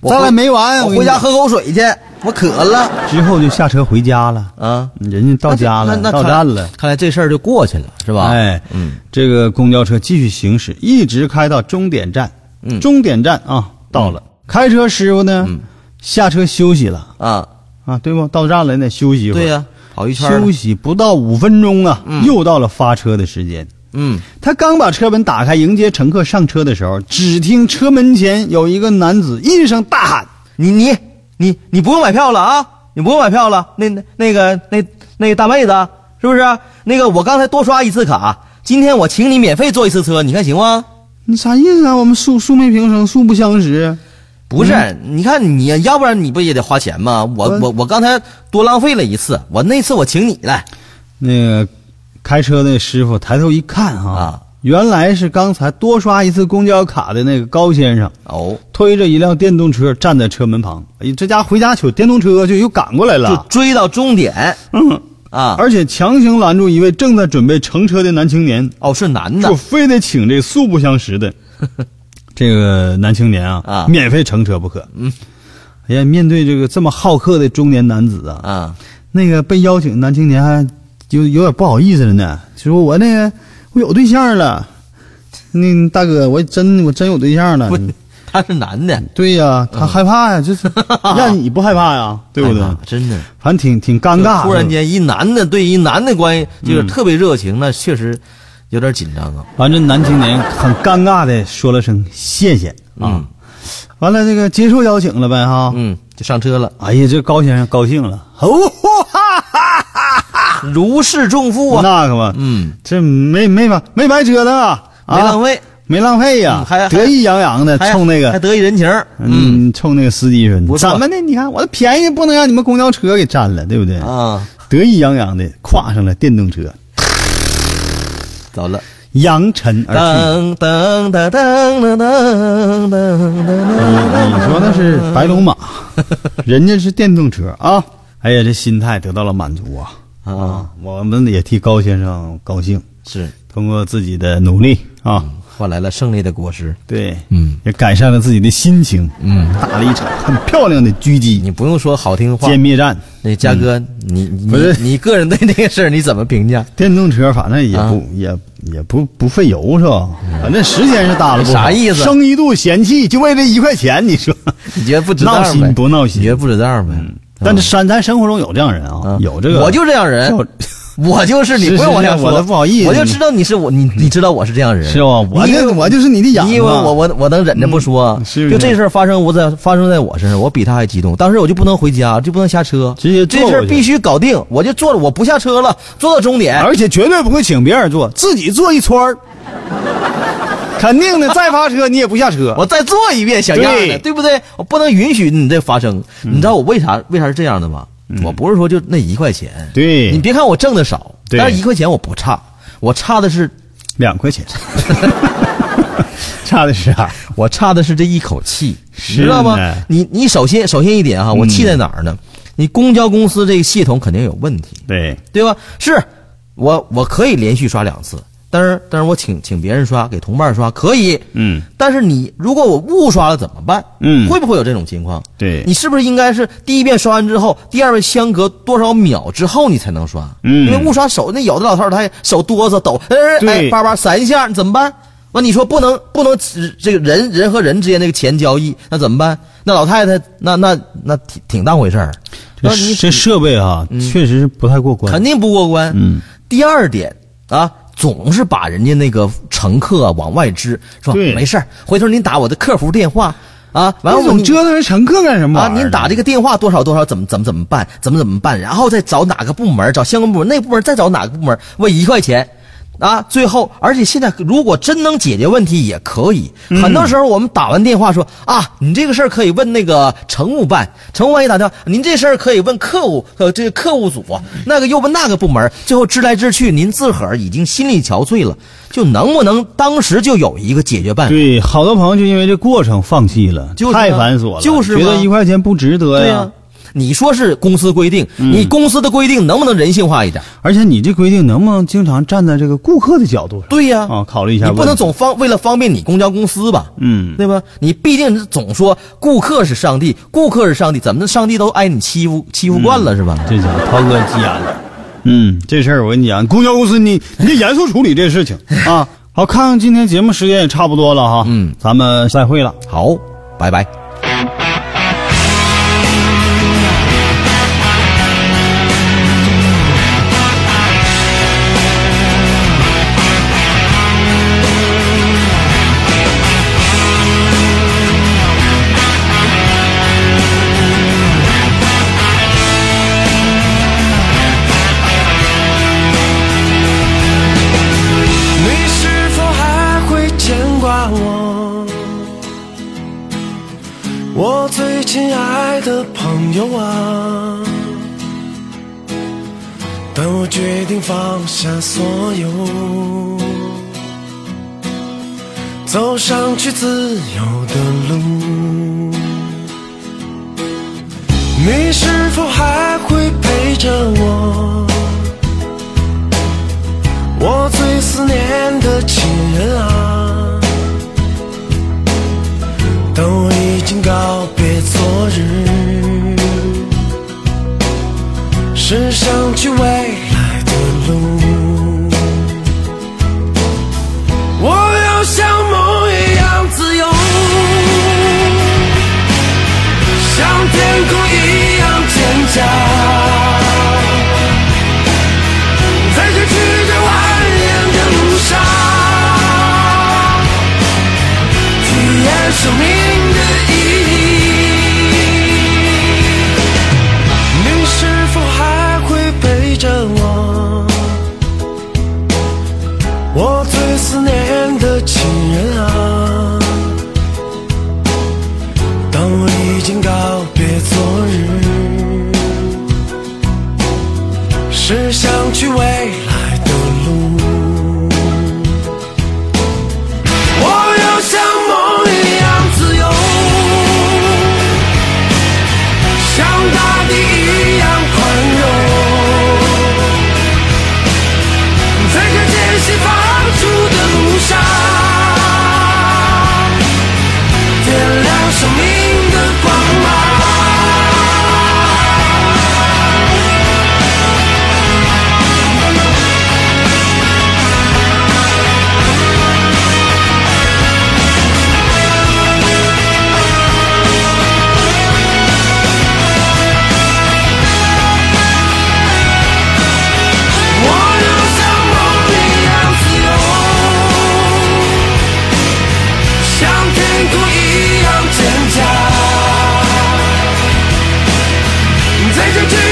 Speaker 1: 我
Speaker 2: 咱俩
Speaker 1: 回
Speaker 2: 没完。
Speaker 1: 我
Speaker 2: 跟
Speaker 1: 回
Speaker 2: 哎你
Speaker 1: 家
Speaker 2: 讲
Speaker 1: 喝口水去，我渴了
Speaker 2: 之后就下车回家了，
Speaker 1: 啊。
Speaker 2: 人家到家了，
Speaker 1: 那
Speaker 2: 到站了。
Speaker 1: 看来这事儿就过去了，是吧？
Speaker 2: 哎，
Speaker 1: 嗯，
Speaker 2: 这个公交车继续行驶，一直开到终点站。
Speaker 1: 嗯
Speaker 2: 终点站啊，到了。开车师傅呢，下车休息了
Speaker 1: 啊，
Speaker 2: 啊，对不？到站了，你得休息一会儿。
Speaker 1: 对呀、跑一圈儿
Speaker 2: 休息不到五分钟啊，又到了发车的时间。
Speaker 1: 嗯，
Speaker 2: 他刚把车门打开迎接乘客上车的时候，只听车门前有一个男子一声大喊。
Speaker 1: 你你你你不用买票了啊！你不用买票了，那那那个那那个大妹子是不是？那个我刚才多刷一次卡，今天我请你免费坐一次车，你看行吗？
Speaker 2: 你啥意思啊？我们素素昧平生，素不相识。
Speaker 1: 不是，你看你要不然你不也得花钱吗？我
Speaker 2: 嗯
Speaker 1: 我我刚才多浪费了一次，我那次我请你来
Speaker 2: 那个开车的师傅抬头一看啊，
Speaker 1: 啊
Speaker 2: 原来是刚才多刷一次公交卡的那个高先生，
Speaker 1: 哦，
Speaker 2: 推着一辆电动车站在车门旁。哎，这家回家取电动车就又赶过来
Speaker 1: 就
Speaker 2: 了，
Speaker 1: 追到终点
Speaker 2: 啊嗯，
Speaker 1: 啊！
Speaker 2: 而且强行拦住一位正在准备乘车的男青年，
Speaker 1: 哦，是男的
Speaker 2: 就非得请这素不相 识的这个男青年啊，
Speaker 1: 啊
Speaker 2: 免费乘车不可。嗯，哎呀，面对这个这么好客的中年男子啊，
Speaker 1: 啊，
Speaker 2: 那个被邀请的男青年还有有点不好意思了呢，就说我那个我有对象了，那大哥我真我真有对象了
Speaker 1: 不。，嗯他是男的，
Speaker 2: 对呀、他害怕呀、 就是让你不害怕呀，对不对
Speaker 1: 哎？呀真的。
Speaker 2: 反正挺挺尴尬。
Speaker 1: 突然，间一男的对一男的关系
Speaker 2: 嗯
Speaker 1: 就是特别热情，那确实有点紧张啊。
Speaker 2: 完这男青年很尴尬的说了声谢谢啊
Speaker 1: 嗯，
Speaker 2: 完了这个接受邀请了呗哈。
Speaker 1: 嗯，就上车了，
Speaker 2: 哎呀，这高先生高兴了，哦，哈哈哈哈
Speaker 1: 如释重负啊，
Speaker 2: 那可不，
Speaker 1: 嗯，
Speaker 2: 这没没白没白折腾啊，
Speaker 1: 没浪
Speaker 2: 费。
Speaker 1: 费，
Speaker 2: 没浪费呀、
Speaker 1: 嗯还
Speaker 2: 得意洋洋的
Speaker 1: 还
Speaker 2: 冲那
Speaker 1: 还
Speaker 2: 个，
Speaker 1: 得意人情儿，嗯
Speaker 2: 嗯，冲那个司机说：“
Speaker 1: 不错
Speaker 2: 怎么的？你看我的便宜不能让你们公交车给占了，对不对？”
Speaker 1: 啊，
Speaker 2: 得意洋洋的跨上了电动车，
Speaker 1: 走了，
Speaker 2: 扬尘而去。
Speaker 1: 噔噔噔噔噔噔噔噔
Speaker 2: 你
Speaker 1: 噔
Speaker 2: 说那是白龙马，
Speaker 1: 嗯
Speaker 2: 人家是电动车啊！哎呀，这心态得到了满足啊！
Speaker 1: 噔啊，
Speaker 2: 我们也替高先生高兴，
Speaker 1: 是
Speaker 2: 通过自己的努力啊，
Speaker 1: 换来了胜利的果实。
Speaker 2: 对，
Speaker 1: 嗯，
Speaker 2: 也改善了自己的心情，嗯，打了一场很漂亮的狙击
Speaker 1: 你不用说好听话
Speaker 2: 歼，灭战。
Speaker 1: 那嘉哥，你你
Speaker 2: 嗯不是
Speaker 1: 你个人对这个事儿你怎么评价？
Speaker 2: 电动车反正也
Speaker 1: 啊嗯
Speaker 2: 不、也也不不费油是吧？反正时间是搭了不少
Speaker 1: 啥意思
Speaker 2: 生一度嫌弃，就为这一块钱，你说？
Speaker 1: 你觉得不值当
Speaker 2: 闹
Speaker 1: 呗？
Speaker 2: 心不闹心嗯
Speaker 1: 你觉得不值当呗？
Speaker 2: 但是山咱生活中有这样人啊，
Speaker 1: 啊
Speaker 2: 有这个，
Speaker 1: 嗯我就这样人
Speaker 2: 就，
Speaker 1: 我就是你
Speaker 2: 是
Speaker 1: 不用往
Speaker 2: 是
Speaker 1: 下
Speaker 2: 是
Speaker 1: 说，
Speaker 2: 我都不好意思
Speaker 1: 我就知道你是我，你你知道我是这样人，
Speaker 2: 是吧我
Speaker 1: 你以
Speaker 2: 这
Speaker 1: 为
Speaker 2: 我就是你的痒
Speaker 1: 你以为
Speaker 2: 啊
Speaker 1: 我我我能忍着不说啊
Speaker 2: 嗯？是不是
Speaker 1: 就这事儿发生我在发生在我身上，我比他还激动，当时我就不能回家，就不能下车，
Speaker 2: 直接坐
Speaker 1: 这事
Speaker 2: 过
Speaker 1: 儿
Speaker 2: 去
Speaker 1: 必须搞定，我就坐着，我不下车了，坐到终点，
Speaker 2: 而且绝对不会请别人坐，自己坐一 圈儿，肯定的。再发车你也不下车，
Speaker 1: 我再做一遍小样儿
Speaker 2: 对嗯
Speaker 1: 的，对不对？我不能允许你这发生，你知道我为啥为啥是这样的吗？我不是说就那一块钱，
Speaker 2: 对
Speaker 1: 你别看我挣的少，
Speaker 2: 对
Speaker 1: 但是一块钱我不差，我差的是
Speaker 2: 两 块钱，差的是啊啥？
Speaker 1: 我差的是这一口气，
Speaker 2: 是
Speaker 1: 你知道吗
Speaker 2: 呢？嗯
Speaker 1: 你你首先首先一点哈，啊我气在哪儿呢？你公交公司这个系统肯定有问题，
Speaker 2: 对，
Speaker 1: 对吧？是我我可以连续刷两次，但是但是我请请别人刷，给同伴刷可以，
Speaker 2: 嗯，
Speaker 1: 但是你如果我误刷了怎么办？
Speaker 2: 嗯
Speaker 1: 会不会有这种情况？
Speaker 2: 对
Speaker 1: 你是不是应该是第一遍刷完之后，第二遍相隔多少秒之后你才能刷？
Speaker 2: 嗯
Speaker 1: 因为误刷手那有的老头儿他还手哆嗦抖，哎哎
Speaker 2: 对
Speaker 1: 叭叭闪一下你怎么办？完你说不能不能只这个人人和人之间那个钱交易，那怎么办？那老太太那那那挺挺当回事儿，
Speaker 2: 这
Speaker 1: 那哦你嗯
Speaker 2: 这设备啊，确实是不太过关。
Speaker 1: 肯定不过关。
Speaker 2: 嗯，
Speaker 1: 第二点啊，总是把人家那个乘客啊往外支，说
Speaker 2: 对
Speaker 1: 没事儿回头您打我的客服电话啊，完
Speaker 2: 那
Speaker 1: 了我
Speaker 2: 总
Speaker 1: 们
Speaker 2: 折腾人乘客干什么
Speaker 1: 啊，
Speaker 2: 玩意儿呢？
Speaker 1: 您打这个电话多少多少，怎么怎么怎么办，怎么怎么办，然后再找哪个部门，找相关部门，那部门再找哪个部门，为一块钱。啊，最后，而且现在如果真能解决问题也可以。
Speaker 2: 嗯
Speaker 1: 很多时候我们打完电话说啊，你这个事儿可以问那个乘务办，乘务办也打电话，您这事儿可以问客户，呃，这个客务组，那个又问那个部门，最后支来支去，您自个儿已经心力憔悴了，就能不能当时就有一个解决办法？
Speaker 2: 对，好多朋友就因为这过程放弃了，
Speaker 1: 就是啊
Speaker 2: 太繁琐了，
Speaker 1: 就是嘛
Speaker 2: 觉得一块钱不值得
Speaker 1: 对
Speaker 2: 呀。
Speaker 1: 呀、嗯你说是公司规定，你公司的规定能不能人性化一点？
Speaker 2: 而且你这规定能不能经常站在这个顾客的角度上？
Speaker 1: 对呀、
Speaker 2: 啊考虑一下
Speaker 1: 你不能
Speaker 2: 问题
Speaker 1: 总方为了方便你公交公司吧？
Speaker 2: 嗯
Speaker 1: 对吧？你必定是总说顾客是上帝，顾客是上帝，怎么上帝都挨你欺负欺负惯了、是吧？
Speaker 2: 这家伙涛哥急眼了。嗯，这事儿我跟你讲，公交公司你你得严肃处理这事情啊。好，看看今天节目时间也差不多了哈，
Speaker 1: 嗯
Speaker 2: 咱们再会了。
Speaker 1: 好，拜拜。
Speaker 10: 你是否还会牵挂我？我最亲爱的朋友啊，当我决定放下所有，走上去自由的路，你是否还会陪着我？我最思念的亲人啊，当我已经告别昨日，驶向去未来的路。我要像梦一样自由，像天空一样坚强。在这曲折蜿蜒的路上，体验生命的意义。你是否还会陪着我？我最思念的亲人啊，当我已经告别昨日。是想去未来的路。我要像梦一样自由，像大地一样宽容，在这艰辛放逐的路上，点亮生命的光芒。我要像梦一样自由，像天空一样坚强，在这巨哦